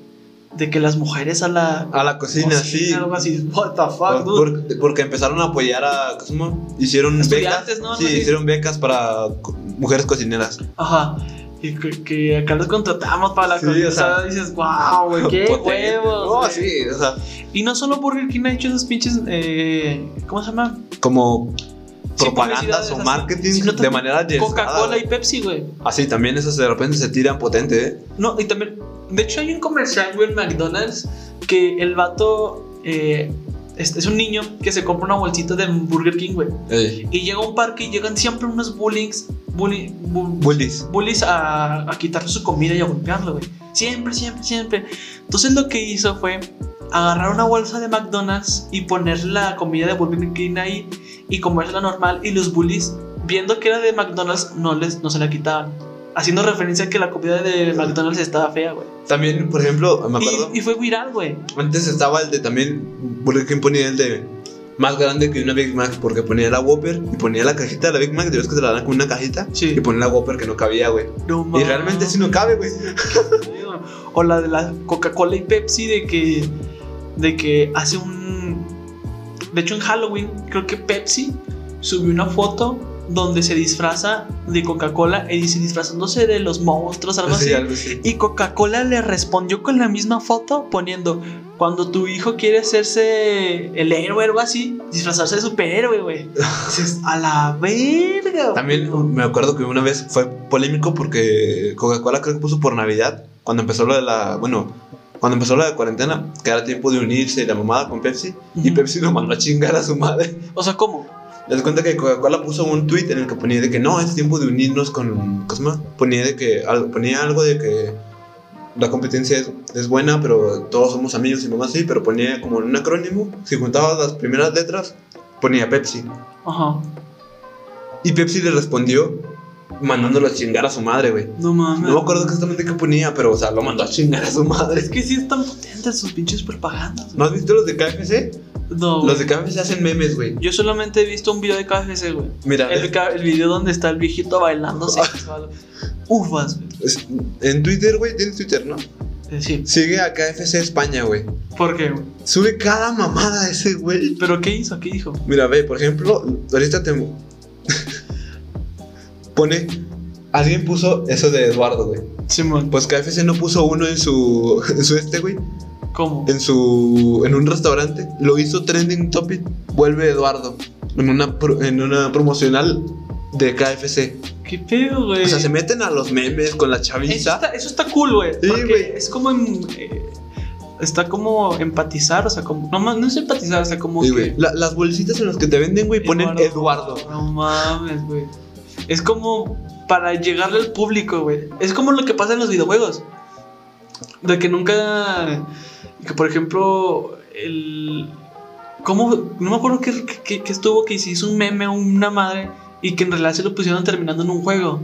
[SPEAKER 1] De que las mujeres a la.
[SPEAKER 2] A la cocina, sí.
[SPEAKER 1] Algo así. What the fuck,
[SPEAKER 2] Por-
[SPEAKER 1] dude.
[SPEAKER 2] por- porque empezaron a apoyar a. ¿cómo? Hicieron
[SPEAKER 1] Estudiantes,
[SPEAKER 2] becas.
[SPEAKER 1] ¿no?
[SPEAKER 2] Sí,
[SPEAKER 1] Algo así.
[SPEAKER 2] hicieron becas para co- mujeres cocineras.
[SPEAKER 1] Ajá. Y que, que acá los contratamos para la
[SPEAKER 2] Sí,
[SPEAKER 1] cocina.
[SPEAKER 2] o sea,
[SPEAKER 1] O sea, dices, wow, Ah, güey, qué
[SPEAKER 2] Potente.
[SPEAKER 1] huevos.
[SPEAKER 2] No,
[SPEAKER 1] güey".
[SPEAKER 2] sí, o sea,
[SPEAKER 1] Y no solo Burger King ha hecho esos pinches. Eh, ¿Cómo se llama?
[SPEAKER 2] como propagandas
[SPEAKER 1] publicidades
[SPEAKER 2] o
[SPEAKER 1] así,
[SPEAKER 2] marketing
[SPEAKER 1] sino
[SPEAKER 2] de
[SPEAKER 1] también
[SPEAKER 2] manera
[SPEAKER 1] Coca-Cola y
[SPEAKER 2] y...
[SPEAKER 1] Pepsi, güey.
[SPEAKER 2] Así, también esas de repente se tiran potente, ¿eh?
[SPEAKER 1] No, y también, de hecho hay un comercial, güey, en McDonald's, que el vato eh, es, es un niño que se compra una bolsita de Burger King, güey.
[SPEAKER 2] Ey.
[SPEAKER 1] Y llega a un parque y llegan siempre unos bullings, bully, bu-
[SPEAKER 2] Willis.
[SPEAKER 1] bullies a, a quitarle su comida y a golpearlo, güey. Siempre, siempre, siempre. Entonces lo que hizo fue agarrar una bolsa de McDonald's y poner la comida de Burger King ahí y comerla normal y los bullies, viendo que era de McDonald's, no, les, no se la quitaban. Haciendo referencia a que la comida de McDonald's estaba fea, güey.
[SPEAKER 2] También, por ejemplo, me acuerdo.
[SPEAKER 1] Y, y fue viral, güey.
[SPEAKER 2] Antes estaba el de también Burger King ponía el de más grande que una Big Mac porque ponía la Whopper y ponía la cajita de la Big Mac, de ves que te la dan con una cajita
[SPEAKER 1] Sí.
[SPEAKER 2] y ponía la Whopper que no cabía, güey.
[SPEAKER 1] No
[SPEAKER 2] Y
[SPEAKER 1] mames.
[SPEAKER 2] realmente sí no cabe, güey.
[SPEAKER 1] O la de la Coca-Cola y Pepsi de que. De que hace un. De hecho, en Halloween, creo que Pepsi subió una foto donde se disfraza de Coca-Cola y dice disfrazándose de los monstruos, algo
[SPEAKER 2] Pues Sí,
[SPEAKER 1] así.
[SPEAKER 2] algo así.
[SPEAKER 1] Y Coca-Cola le respondió con la misma foto poniendo: Cuando tu hijo quiere hacerse el héroe, algo así, disfrazarse de superhéroe, güey. Dices, a la verga.
[SPEAKER 2] También
[SPEAKER 1] güey".
[SPEAKER 2] me acuerdo que una vez fue polémico porque Coca-Cola creo que puso por Navidad, cuando empezó lo de la, bueno, cuando empezó la de cuarentena, que era tiempo de unirse y la mamada con Pepsi, y
[SPEAKER 1] Ujú.
[SPEAKER 2] Pepsi lo mandó a chingar a su madre.
[SPEAKER 1] O sea, ¿cómo?
[SPEAKER 2] Te das cuenta que Coca-Cola puso un tweet en el que ponía de que no, es tiempo de unirnos con. ¿Cómo se llama? Ponía de que. al- Ponía algo de que. la competencia es, es buena, pero todos somos amigos y mamá sí, pero ponía como en un acrónimo, si juntabas las primeras letras, ponía Pepsi.
[SPEAKER 1] Ajá.
[SPEAKER 2] Y Pepsi le respondió mandándolo a chingar a su madre, güey.
[SPEAKER 1] No mames.
[SPEAKER 2] No me acuerdo exactamente qué ponía, pero o sea, lo mandó a chingar a su
[SPEAKER 1] Es
[SPEAKER 2] madre.
[SPEAKER 1] que sí están potentes sus pinches propagandas.
[SPEAKER 2] ¿No has visto los de KFC?
[SPEAKER 1] No, güey.
[SPEAKER 2] Los de KFC hacen memes, güey.
[SPEAKER 1] Yo solamente he visto un video de KFC, güey.
[SPEAKER 2] Mira,
[SPEAKER 1] El, ca- el video donde está el viejito bailando
[SPEAKER 2] Ah.
[SPEAKER 1] sexual. Ufas, güey.
[SPEAKER 2] es- en Twitter, güey, tienes Twitter, ¿no?
[SPEAKER 1] Eh, Sí.
[SPEAKER 2] Sigue a KFC España, güey.
[SPEAKER 1] ¿Por qué, güey?
[SPEAKER 2] Sube cada mamada ese, güey.
[SPEAKER 1] ¿Pero qué hizo? ¿Qué dijo?
[SPEAKER 2] Mira, ve, por ejemplo, ahorita te. Pone. Alguien puso eso de Eduardo, güey.
[SPEAKER 1] Simón.
[SPEAKER 2] Pues KFC no puso uno en su. En su este, güey.
[SPEAKER 1] ¿Cómo?
[SPEAKER 2] En su. En un restaurante. Lo hizo trending topic. Vuelve Eduardo. En una, pro- en una promocional de KFC.
[SPEAKER 1] ¿Qué pedo, güey?
[SPEAKER 2] O sea, se meten a los memes con la
[SPEAKER 1] Eso
[SPEAKER 2] chaviza.
[SPEAKER 1] está, eso está cool, güey.
[SPEAKER 2] Sí,
[SPEAKER 1] porque
[SPEAKER 2] güey.
[SPEAKER 1] Es como. en- eh, está como empatizar, o sea, como. No, ma- no es empatizar, o sea, como.
[SPEAKER 2] Sí,
[SPEAKER 1] que,
[SPEAKER 2] güey. La- las bolsitas en las que te venden, güey, ponen Eduardo.
[SPEAKER 1] No mames, güey. Es como para llegarle al público, güey. Es como lo que pasa en los videojuegos. De que nunca. Que por ejemplo, el. ¿Cómo? No me acuerdo qué, qué- qué estuvo que se hizo un meme a una madre y que en realidad se lo pusieron terminando en un juego.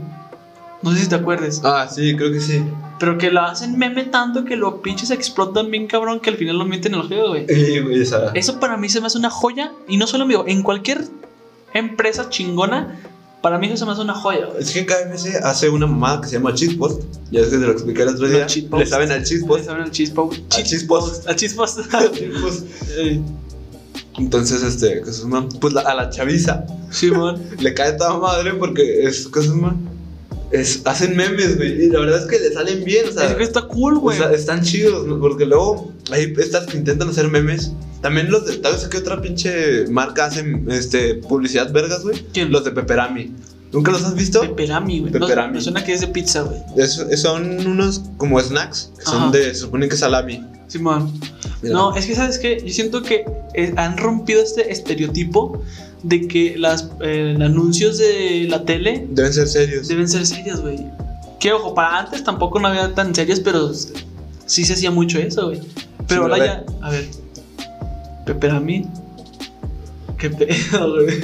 [SPEAKER 1] No sé si te acuerdes.
[SPEAKER 2] Ah, sí, creo que sí.
[SPEAKER 1] Pero que lo hacen meme tanto que lo pinches explotan bien cabrón que al final lo meten en el juego, güey.
[SPEAKER 2] Sí, güey, esa.
[SPEAKER 1] Eso para mí se me hace una joya. Y no solo amigo, en cualquier empresa chingona, para mí eso se me hace una joya. güey.
[SPEAKER 2] Es que KFC hace una mamada que se llama cheat post. Ya es que te lo expliqué el otro
[SPEAKER 1] Los
[SPEAKER 2] día.
[SPEAKER 1] cheat
[SPEAKER 2] Le
[SPEAKER 1] posts.
[SPEAKER 2] saben al cheat
[SPEAKER 1] ¿Ustedes
[SPEAKER 2] post.
[SPEAKER 1] saben el cheese post?
[SPEAKER 2] Al cheese post.
[SPEAKER 1] Al cheese post.
[SPEAKER 2] Cheat post.
[SPEAKER 1] Eh,
[SPEAKER 2] Entonces, este, que se llama, pues la- a la chaviza
[SPEAKER 1] Simón.
[SPEAKER 2] le cae toda madre porque es, que se llama, es, hacen memes, güey. Y la verdad es que le salen bien, o sea,
[SPEAKER 1] Es que está cool,
[SPEAKER 2] o
[SPEAKER 1] güey.
[SPEAKER 2] sea, están chidos, ¿no? porque luego hay estas que intentan hacer memes. También los de, tal vez que otra pinche marca hacen este, publicidad vergas, güey.
[SPEAKER 1] ¿Quién?
[SPEAKER 2] Los de Pepperami. ¿Nunca los has visto?
[SPEAKER 1] Pepperami, güey.
[SPEAKER 2] Pepperami.
[SPEAKER 1] No, me suena que es de pizza, güey.
[SPEAKER 2] Es- son unos como snacks que son
[SPEAKER 1] Ajá.
[SPEAKER 2] de, se supone que salami.
[SPEAKER 1] Simón.
[SPEAKER 2] Mira.
[SPEAKER 1] No, es que sabes que yo siento que eh, han rompido este estereotipo de que las eh, anuncios de la tele
[SPEAKER 2] Deben ser serios.
[SPEAKER 1] Deben ser serias, güey. Que ojo, para antes tampoco no había tan serias, pero s- sí se hacía mucho eso, güey. Pero
[SPEAKER 2] Sí,
[SPEAKER 1] ahora
[SPEAKER 2] a
[SPEAKER 1] ya. A ver. Pepe a mí. Qué pedo, güey.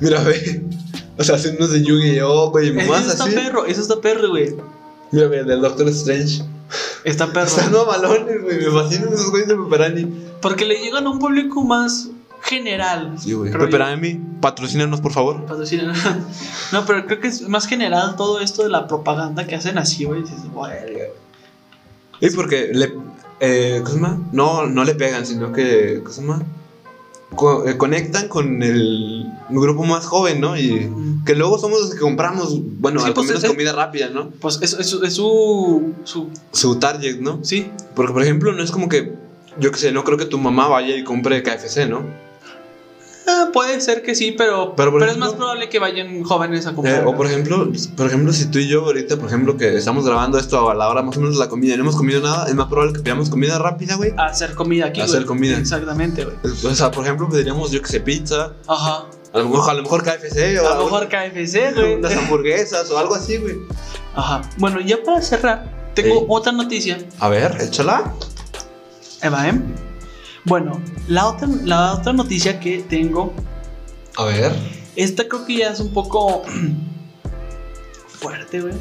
[SPEAKER 2] Mira, ve. O sea, hacen unos de Yu-Gi-Oh, güey,
[SPEAKER 1] Es que
[SPEAKER 2] más
[SPEAKER 1] Eso está
[SPEAKER 2] así.
[SPEAKER 1] perro, eso está perro, güey.
[SPEAKER 2] Mira, ve, del Doctor Strange.
[SPEAKER 1] Está perro.
[SPEAKER 2] Están malones, güey. Me fascinan esos güeyes de Pepperani.
[SPEAKER 1] Porque le llegan a un público más general.
[SPEAKER 2] Sí, güey.
[SPEAKER 1] Creo yo.
[SPEAKER 2] Pepperani, patrocínanos, por favor.
[SPEAKER 1] Patrocina. No, pero creo que es más general todo esto de la propaganda que hacen así, güey. Dices, "Verga".
[SPEAKER 2] Y porque le. Eh, ¿Cómo se llama? No, no le pegan, sino que. ¿Cómo se llama? Co- eh, conectan con el grupo más joven, ¿no? Y.
[SPEAKER 1] Mm.
[SPEAKER 2] Que luego somos los que compramos, bueno,
[SPEAKER 1] Sí,
[SPEAKER 2] al
[SPEAKER 1] pues,
[SPEAKER 2] menos
[SPEAKER 1] es-
[SPEAKER 2] comida rápida, ¿no?
[SPEAKER 1] Pues eso es, es su, su.
[SPEAKER 2] Su target, ¿no?
[SPEAKER 1] Sí,
[SPEAKER 2] Porque, por ejemplo, no es como que, yo qué sé, no creo que tu mamá vaya y compre KFC, ¿no?
[SPEAKER 1] Ah, puede ser que sí, pero,
[SPEAKER 2] Pero,
[SPEAKER 1] pero,
[SPEAKER 2] por
[SPEAKER 1] es
[SPEAKER 2] ejemplo-
[SPEAKER 1] más probable que vayan jóvenes a
[SPEAKER 2] Eh,
[SPEAKER 1] comprar.
[SPEAKER 2] o, por ejemplo, por ejemplo, si tú y yo ahorita, por ejemplo, que estamos grabando esto a la hora más o menos de la comida y no hemos comido nada, es más probable que pidamos comida rápida, güey.
[SPEAKER 1] a hacer comida aquí.
[SPEAKER 2] Hacer
[SPEAKER 1] güey.
[SPEAKER 2] comida.
[SPEAKER 1] Exactamente, güey.
[SPEAKER 2] O sea, por ejemplo, pediríamos, yo que sé, pizza,
[SPEAKER 1] Ajá.
[SPEAKER 2] a lo mejor, a lo mejor KFC, o
[SPEAKER 1] A lo mejor KFC, güey.
[SPEAKER 2] unas hamburguesas o algo así, güey.
[SPEAKER 1] Ajá. Bueno, ya para cerrar, tengo
[SPEAKER 2] Ey.
[SPEAKER 1] otra noticia.
[SPEAKER 2] A ver, échala.
[SPEAKER 1] Eva, ¿eh? Bueno, la otra, la otra noticia que tengo,
[SPEAKER 2] A ver.
[SPEAKER 1] esta creo que ya es un poco fuerte, güey.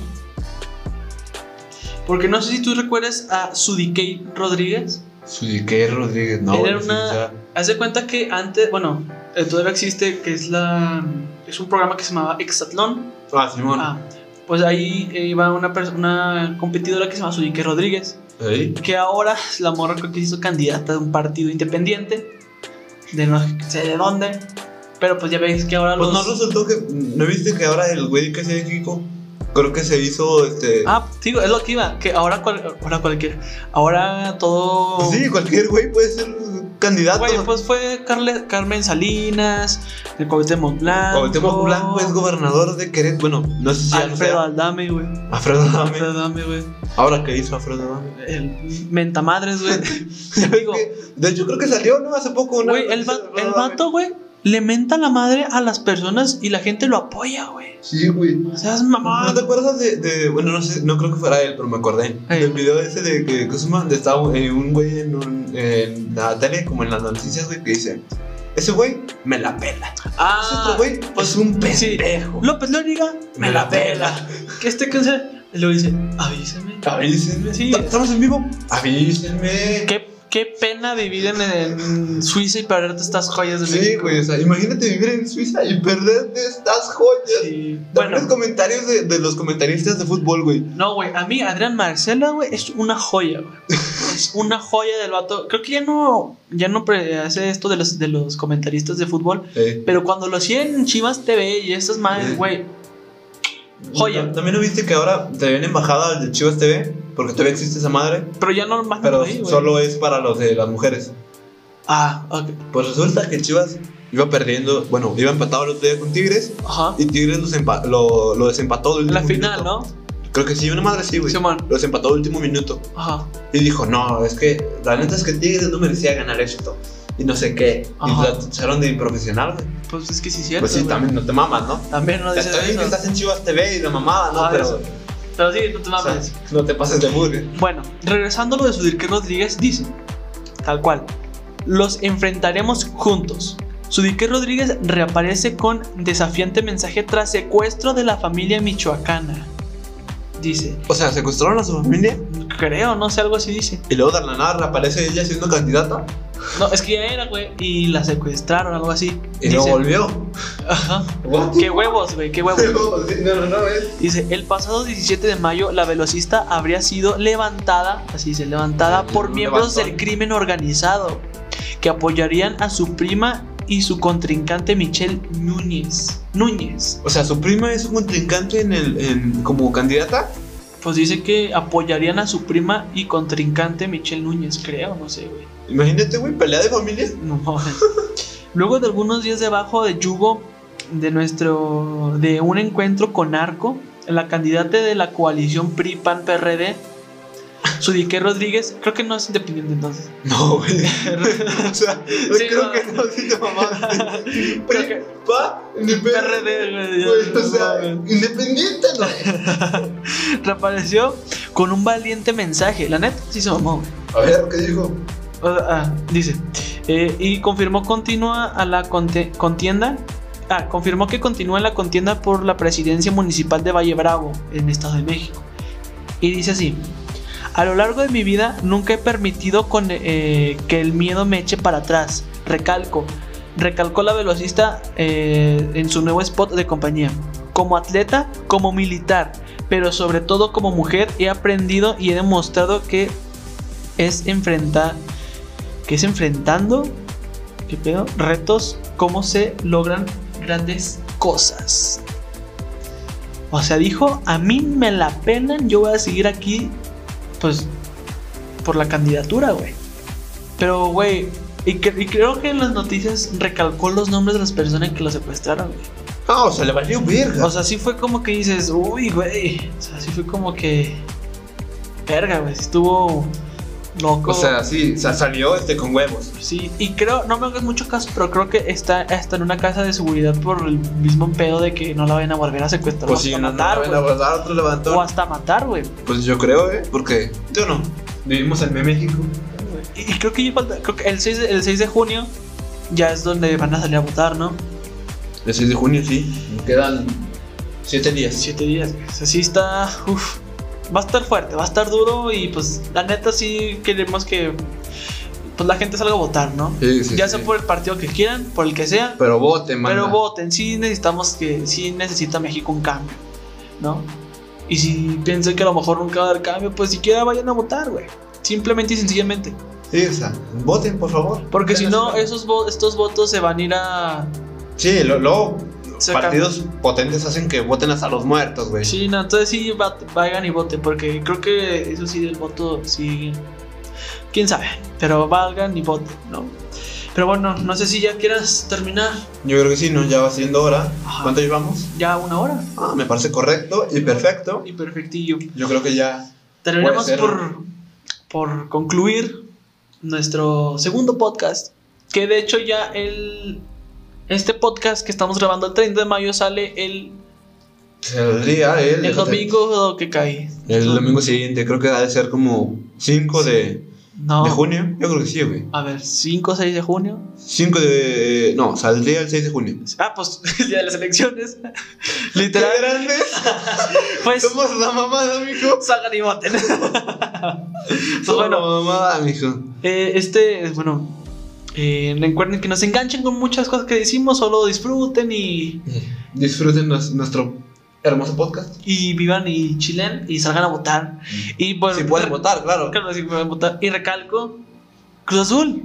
[SPEAKER 1] Porque no sé si tú recuerdas a Sudikey Rodríguez.
[SPEAKER 2] Sudique Rodríguez, no.
[SPEAKER 1] Era
[SPEAKER 2] güey,
[SPEAKER 1] una-
[SPEAKER 2] o sea,
[SPEAKER 1] Haz de cuenta que antes, bueno, eh, todavía existe, que es la es un programa que se llamaba Exatlón.
[SPEAKER 2] Ah, Simón.
[SPEAKER 1] Ah, pues ahí eh, iba una, pers- una competidora que se llama Suyike Rodríguez,
[SPEAKER 2] Ey.
[SPEAKER 1] que ahora la morra creo que se hizo candidata de un partido independiente, de no sé de dónde, pero pues ya veis que ahora
[SPEAKER 2] Pues
[SPEAKER 1] los...
[SPEAKER 2] no resultó que. ¿No viste que ahora el güey que hacía de Kiko? Creo que se hizo este.
[SPEAKER 1] Ah, digo, es lo que iba, que ahora, cual- ahora cualquier... Ahora todo...
[SPEAKER 2] pues sí, cualquier güey puede ser candidato.
[SPEAKER 1] Güey, pues fue Carle- Carmen Salinas, el Cuauhtémoc Blanco.
[SPEAKER 2] Cuauhtémoc Blanco es gobernador de Querétaro. Bueno, no sé si ya lo
[SPEAKER 1] Alfredo
[SPEAKER 2] sea.
[SPEAKER 1] Aldame, güey.
[SPEAKER 2] Alfredo Adame.
[SPEAKER 1] Alfredo Aldame, güey.
[SPEAKER 2] Ahora que hizo Alfredo Adame.
[SPEAKER 1] El mentamadres, güey. Digo,
[SPEAKER 2] De hecho, creo que salió, ¿no? Hace poco una.
[SPEAKER 1] güey, el,
[SPEAKER 2] noticia
[SPEAKER 1] va-
[SPEAKER 2] de Alfredo
[SPEAKER 1] el
[SPEAKER 2] Adame.
[SPEAKER 1] vato, güey, le menta la madre a las personas y la gente lo apoya, güey.
[SPEAKER 2] Sí, güey.
[SPEAKER 1] O sea, es mamá.
[SPEAKER 2] ¿No te acuerdas de, de- Bueno, no sé, no creo que fuera él, pero me acordé.
[SPEAKER 1] Ey.
[SPEAKER 2] Del video ese de que Cosuma, donde estaba eh, un güey en, un- en la tele, como en las noticias, güey, que dice: Ese güey me la pela. Ese otro güey
[SPEAKER 1] pues,
[SPEAKER 2] es un
[SPEAKER 1] sí.
[SPEAKER 2] pendejo.
[SPEAKER 1] López Lóriga
[SPEAKER 2] Me la pela.
[SPEAKER 1] Que este cáncer lo dice, avísame.
[SPEAKER 2] Avísenme.
[SPEAKER 1] Sí.
[SPEAKER 2] ¿Est- ¿Estamos en vivo? Avísenme.
[SPEAKER 1] ¿Qué, qué pena vivir en, en Suiza y perderte estas joyas de
[SPEAKER 2] Sí, pues.
[SPEAKER 1] México.
[SPEAKER 2] güey, o sea, imagínate vivir en Suiza y perderte estas joyas.
[SPEAKER 1] Sí.
[SPEAKER 2] También
[SPEAKER 1] Bueno,
[SPEAKER 2] los comentarios de, de los comentaristas de fútbol, güey.
[SPEAKER 1] no, güey. A mí, Adrián Marcela, güey, es una joya, güey. Es una joya del vato. Creo que ya no, ya no pre- hace esto de los, de los comentaristas de fútbol. Pero cuando lo hacía en Chivas TV y estas madres, güey. Joya.
[SPEAKER 2] También no viste que ahora te viene embajada al de Chivas TV, porque todavía existe esa madre,
[SPEAKER 1] Pero ya no más no
[SPEAKER 2] pero
[SPEAKER 1] lo vi, Ah, güey.
[SPEAKER 2] solo es para los de las mujeres.
[SPEAKER 1] Ah, ok.
[SPEAKER 2] Pues resulta que Chivas iba perdiendo, bueno, iba empatado el otro día con Tigres,
[SPEAKER 1] Ajá.
[SPEAKER 2] y Tigres los empa- lo, lo desempató del
[SPEAKER 1] En la
[SPEAKER 2] último
[SPEAKER 1] final,
[SPEAKER 2] minuto.
[SPEAKER 1] ¿no?
[SPEAKER 2] Creo que sí, una madre sí, güey.
[SPEAKER 1] Simón.
[SPEAKER 2] Los empató el último minuto.
[SPEAKER 1] Ajá.
[SPEAKER 2] Y dijo, no, es que la neta es que Tigres no merecía ganar esto. Y no sé qué.
[SPEAKER 1] Ajá.
[SPEAKER 2] Y la tacharon de improfesional, güey.
[SPEAKER 1] Pues es que sí, es cierto.
[SPEAKER 2] Pues sí,
[SPEAKER 1] güey.
[SPEAKER 2] también no te mamas, ¿no?
[SPEAKER 1] También no
[SPEAKER 2] Te
[SPEAKER 1] dice
[SPEAKER 2] Está bien que
[SPEAKER 1] eso.
[SPEAKER 2] estás en Chivas TV y la mamada, ¿no?
[SPEAKER 1] Ah,
[SPEAKER 2] Pero
[SPEAKER 1] eso. Pero sí, no te
[SPEAKER 2] o sea,
[SPEAKER 1] mames.
[SPEAKER 2] no te pases de burger.
[SPEAKER 1] Bueno, regresando a lo de Sudirque Rodríguez, dice, tal cual, los enfrentaremos juntos. Sudirque Rodríguez reaparece con desafiante mensaje tras secuestro de la familia michoacana. Dice,
[SPEAKER 2] O sea, secuestraron a su familia
[SPEAKER 1] creo, no sé, algo así dice.
[SPEAKER 2] y luego de la nada reaparece ella siendo candidata
[SPEAKER 1] No, es que ya era, güey, y la secuestraron, algo así.
[SPEAKER 2] y luego volvió.
[SPEAKER 1] Ajá.
[SPEAKER 2] What?
[SPEAKER 1] Qué huevos, güey, qué huevos.
[SPEAKER 2] Sí, no, no, no, es.
[SPEAKER 1] Dice, el pasado 17 de mayo la velocista habría sido levantada, así dice, levantada
[SPEAKER 2] Mm,
[SPEAKER 1] por miembros
[SPEAKER 2] levantón.
[SPEAKER 1] del crimen organizado que apoyarían a su prima y su contrincante Michelle Núñez. Núñez.
[SPEAKER 2] O sea, su prima es un contrincante en el, en- como candidata.
[SPEAKER 1] Pues dice que apoyarían a su prima y contrincante Michelle Núñez, creo, no sé, güey.
[SPEAKER 2] Imagínate, güey, pelea de familia.
[SPEAKER 1] No mames. Luego de algunos días debajo de yugo de nuestro de un encuentro con Arco, la candidata de la coalición PRI PAN PRD, Sudique Rodríguez, creo que no es independiente entonces.
[SPEAKER 2] No, güey. o sea,
[SPEAKER 1] Sí,
[SPEAKER 2] creo
[SPEAKER 1] no.
[SPEAKER 2] que no, sí te mamaste.
[SPEAKER 1] Creo que-
[SPEAKER 2] Pa, ni perra.
[SPEAKER 1] PRD, güey, ya,
[SPEAKER 2] Güey, o
[SPEAKER 1] no
[SPEAKER 2] sea,
[SPEAKER 1] mames.
[SPEAKER 2] independiente, ¿no?
[SPEAKER 1] reapareció con un valiente mensaje. La neta sí se mamó. güey.
[SPEAKER 2] A ver, ¿qué dijo?
[SPEAKER 1] O sea, ah, dice eh, y confirmó continúa a la conte- contienda. Ah, confirmó que continúa en la contienda por la presidencia municipal de Valle Bravo, en Estado de México. Y dice así: A lo largo de mi vida nunca he permitido con, eh, que el miedo me eche para atrás. Recalco, recalcó la velocista eh, en su nuevo spot de compañía. Como atleta, como militar, pero sobre todo como mujer, he aprendido y he demostrado que es enfrentar, que es enfrentando, ¿qué pedo? Retos, cómo se logran grandes cosas. O sea, dijo, a mí me la pelan, yo voy a seguir aquí, pues, por la candidatura, güey. Pero, güey, y, cre- y creo que en las noticias recalcó los nombres de las personas que lo secuestraron, güey.
[SPEAKER 2] Ah, o sea, le valió verga.
[SPEAKER 1] O sea, sí fue como que dices, uy, güey. O sea, sí fue como que... Verga, güey, sí estuvo loco.
[SPEAKER 2] O sea, sí, o sea, salió este con huevos.
[SPEAKER 1] Sí, y creo, no me hagas mucho caso, pero creo que está, está en una casa de seguridad por el mismo pedo de que no la vayan a volver a secuestrar
[SPEAKER 2] Pues
[SPEAKER 1] o,
[SPEAKER 2] sí,
[SPEAKER 1] hasta
[SPEAKER 2] no, no,
[SPEAKER 1] matar,
[SPEAKER 2] van a
[SPEAKER 1] güey.
[SPEAKER 2] abrazar otro levantón.
[SPEAKER 1] o hasta matar, güey.
[SPEAKER 2] Pues yo creo, ¿eh? Porque yo no. Vivimos en México.
[SPEAKER 1] Y, y creo que ya falta, creo que el 6, de- el 6 de junio ya es donde van a salir a votar, ¿no?
[SPEAKER 2] El 6 de junio, sí. Nos Quedan 7 días.
[SPEAKER 1] Siete días, güey. O sea, sí está, uf, va a estar fuerte, va a estar duro y pues la neta sí queremos que pues la gente salga a votar, ¿no?
[SPEAKER 2] Sí, sí,
[SPEAKER 1] ya
[SPEAKER 2] sí.
[SPEAKER 1] sea por el partido que quieran, por el que sea,
[SPEAKER 2] Pero voten, man.
[SPEAKER 1] Pero voten, sí necesitamos que, sí necesita México un cambio, ¿no? Y si piensan que a lo mejor nunca va a dar cambio, pues siquiera vayan a votar, güey. Simplemente y sencillamente.
[SPEAKER 2] Sí, o sea, voten, por favor.
[SPEAKER 1] Porque si no,
[SPEAKER 2] es
[SPEAKER 1] esos vo- estos votos se van a ir a...
[SPEAKER 2] Sí, lo- luego
[SPEAKER 1] Se
[SPEAKER 2] partidos potentes hacen que voten hasta los muertos, güey.
[SPEAKER 1] Sí, no, entonces sí, va- vayan y voten, porque creo que eso sí, el voto sí... Quién sabe, pero valgan y voten, ¿no? Pero bueno, no sé si ya quieras terminar
[SPEAKER 2] Yo creo que sí, ¿no? Ya va siendo hora.
[SPEAKER 1] Ajá.
[SPEAKER 2] ¿Cuánto llevamos?
[SPEAKER 1] ya una hora.
[SPEAKER 2] Ah, me parece correcto y perfecto.
[SPEAKER 1] Y perfectillo.
[SPEAKER 2] Yo creo que ya.
[SPEAKER 1] Terminamos
[SPEAKER 2] Puede ser.
[SPEAKER 1] por, por concluir nuestro segundo podcast, que de hecho ya el Este podcast que estamos grabando el 30 de mayo sale el,
[SPEAKER 2] Saldría él.
[SPEAKER 1] el domingo que cae.
[SPEAKER 2] El domingo siguiente, creo que ha de ser como 5 de,
[SPEAKER 1] No.
[SPEAKER 2] de junio. Yo creo que sí, güey.
[SPEAKER 1] A ver, 5 o 6 de junio.
[SPEAKER 2] 5 de. No, saldría el 6 de junio.
[SPEAKER 1] Ah, pues el día de las elecciones. Literal.
[SPEAKER 2] ¿Qué grandes?
[SPEAKER 1] Pues
[SPEAKER 2] Somos una mamada, mijo.
[SPEAKER 1] salgan y voten. pues
[SPEAKER 2] Somos
[SPEAKER 1] bueno,
[SPEAKER 2] una mamada, mijo.
[SPEAKER 1] Eh, este, bueno, eh, recuerden que nos enganchen con muchas cosas que decimos, solo disfruten y,
[SPEAKER 2] Disfruten nos- nuestro hermoso podcast.
[SPEAKER 1] y vivan y chilen y salgan a votar. Y bueno, eh,
[SPEAKER 2] si pueden
[SPEAKER 1] re-
[SPEAKER 2] votar, claro.
[SPEAKER 1] claro, si pueden votar. Y recalco, Cruz Azul,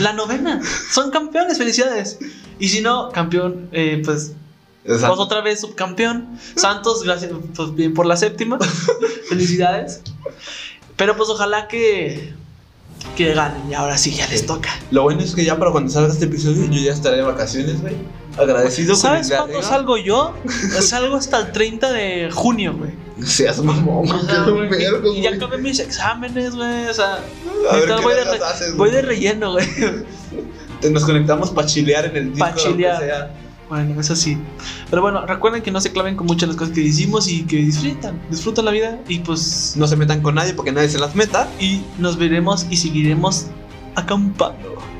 [SPEAKER 1] la novena, son campeones, felicidades. Y si no, campeón, eh, pues
[SPEAKER 2] Exacto.
[SPEAKER 1] pues otra vez subcampeón. Santos, gracias pues, bien por la séptima. Felicidades. Pero pues ojalá que, que ganen y ahora sí, ya les toca.
[SPEAKER 2] Lo bueno es que ya para cuando salga este episodio, yo ya estaré de vacaciones, güey. Agradecido con
[SPEAKER 1] ¿Sabes
[SPEAKER 2] el
[SPEAKER 1] cuándo
[SPEAKER 2] galego.
[SPEAKER 1] salgo yo? Salgo hasta el 30 de junio, güey.
[SPEAKER 2] Seas mamón,
[SPEAKER 1] O sea,
[SPEAKER 2] qué
[SPEAKER 1] güey,
[SPEAKER 2] vergo,
[SPEAKER 1] y ya
[SPEAKER 2] güey.
[SPEAKER 1] acabé mis exámenes, güey. O sea,
[SPEAKER 2] A ver
[SPEAKER 1] ahorita
[SPEAKER 2] qué
[SPEAKER 1] voy, de
[SPEAKER 2] vergas
[SPEAKER 1] re-
[SPEAKER 2] haces,
[SPEAKER 1] voy
[SPEAKER 2] güey.
[SPEAKER 1] de relleno, güey.
[SPEAKER 2] Te- Nos conectamos para chilear en el disco.
[SPEAKER 1] Pa'
[SPEAKER 2] lo que
[SPEAKER 1] chilear.
[SPEAKER 2] sea.
[SPEAKER 1] Bueno, es así. Pero bueno, recuerden que no se claven con muchas las cosas que hicimos y que disfrutan. Disfrutan la vida y pues.
[SPEAKER 2] No se metan con nadie porque nadie se las meta.
[SPEAKER 1] Y nos veremos y seguiremos acampando.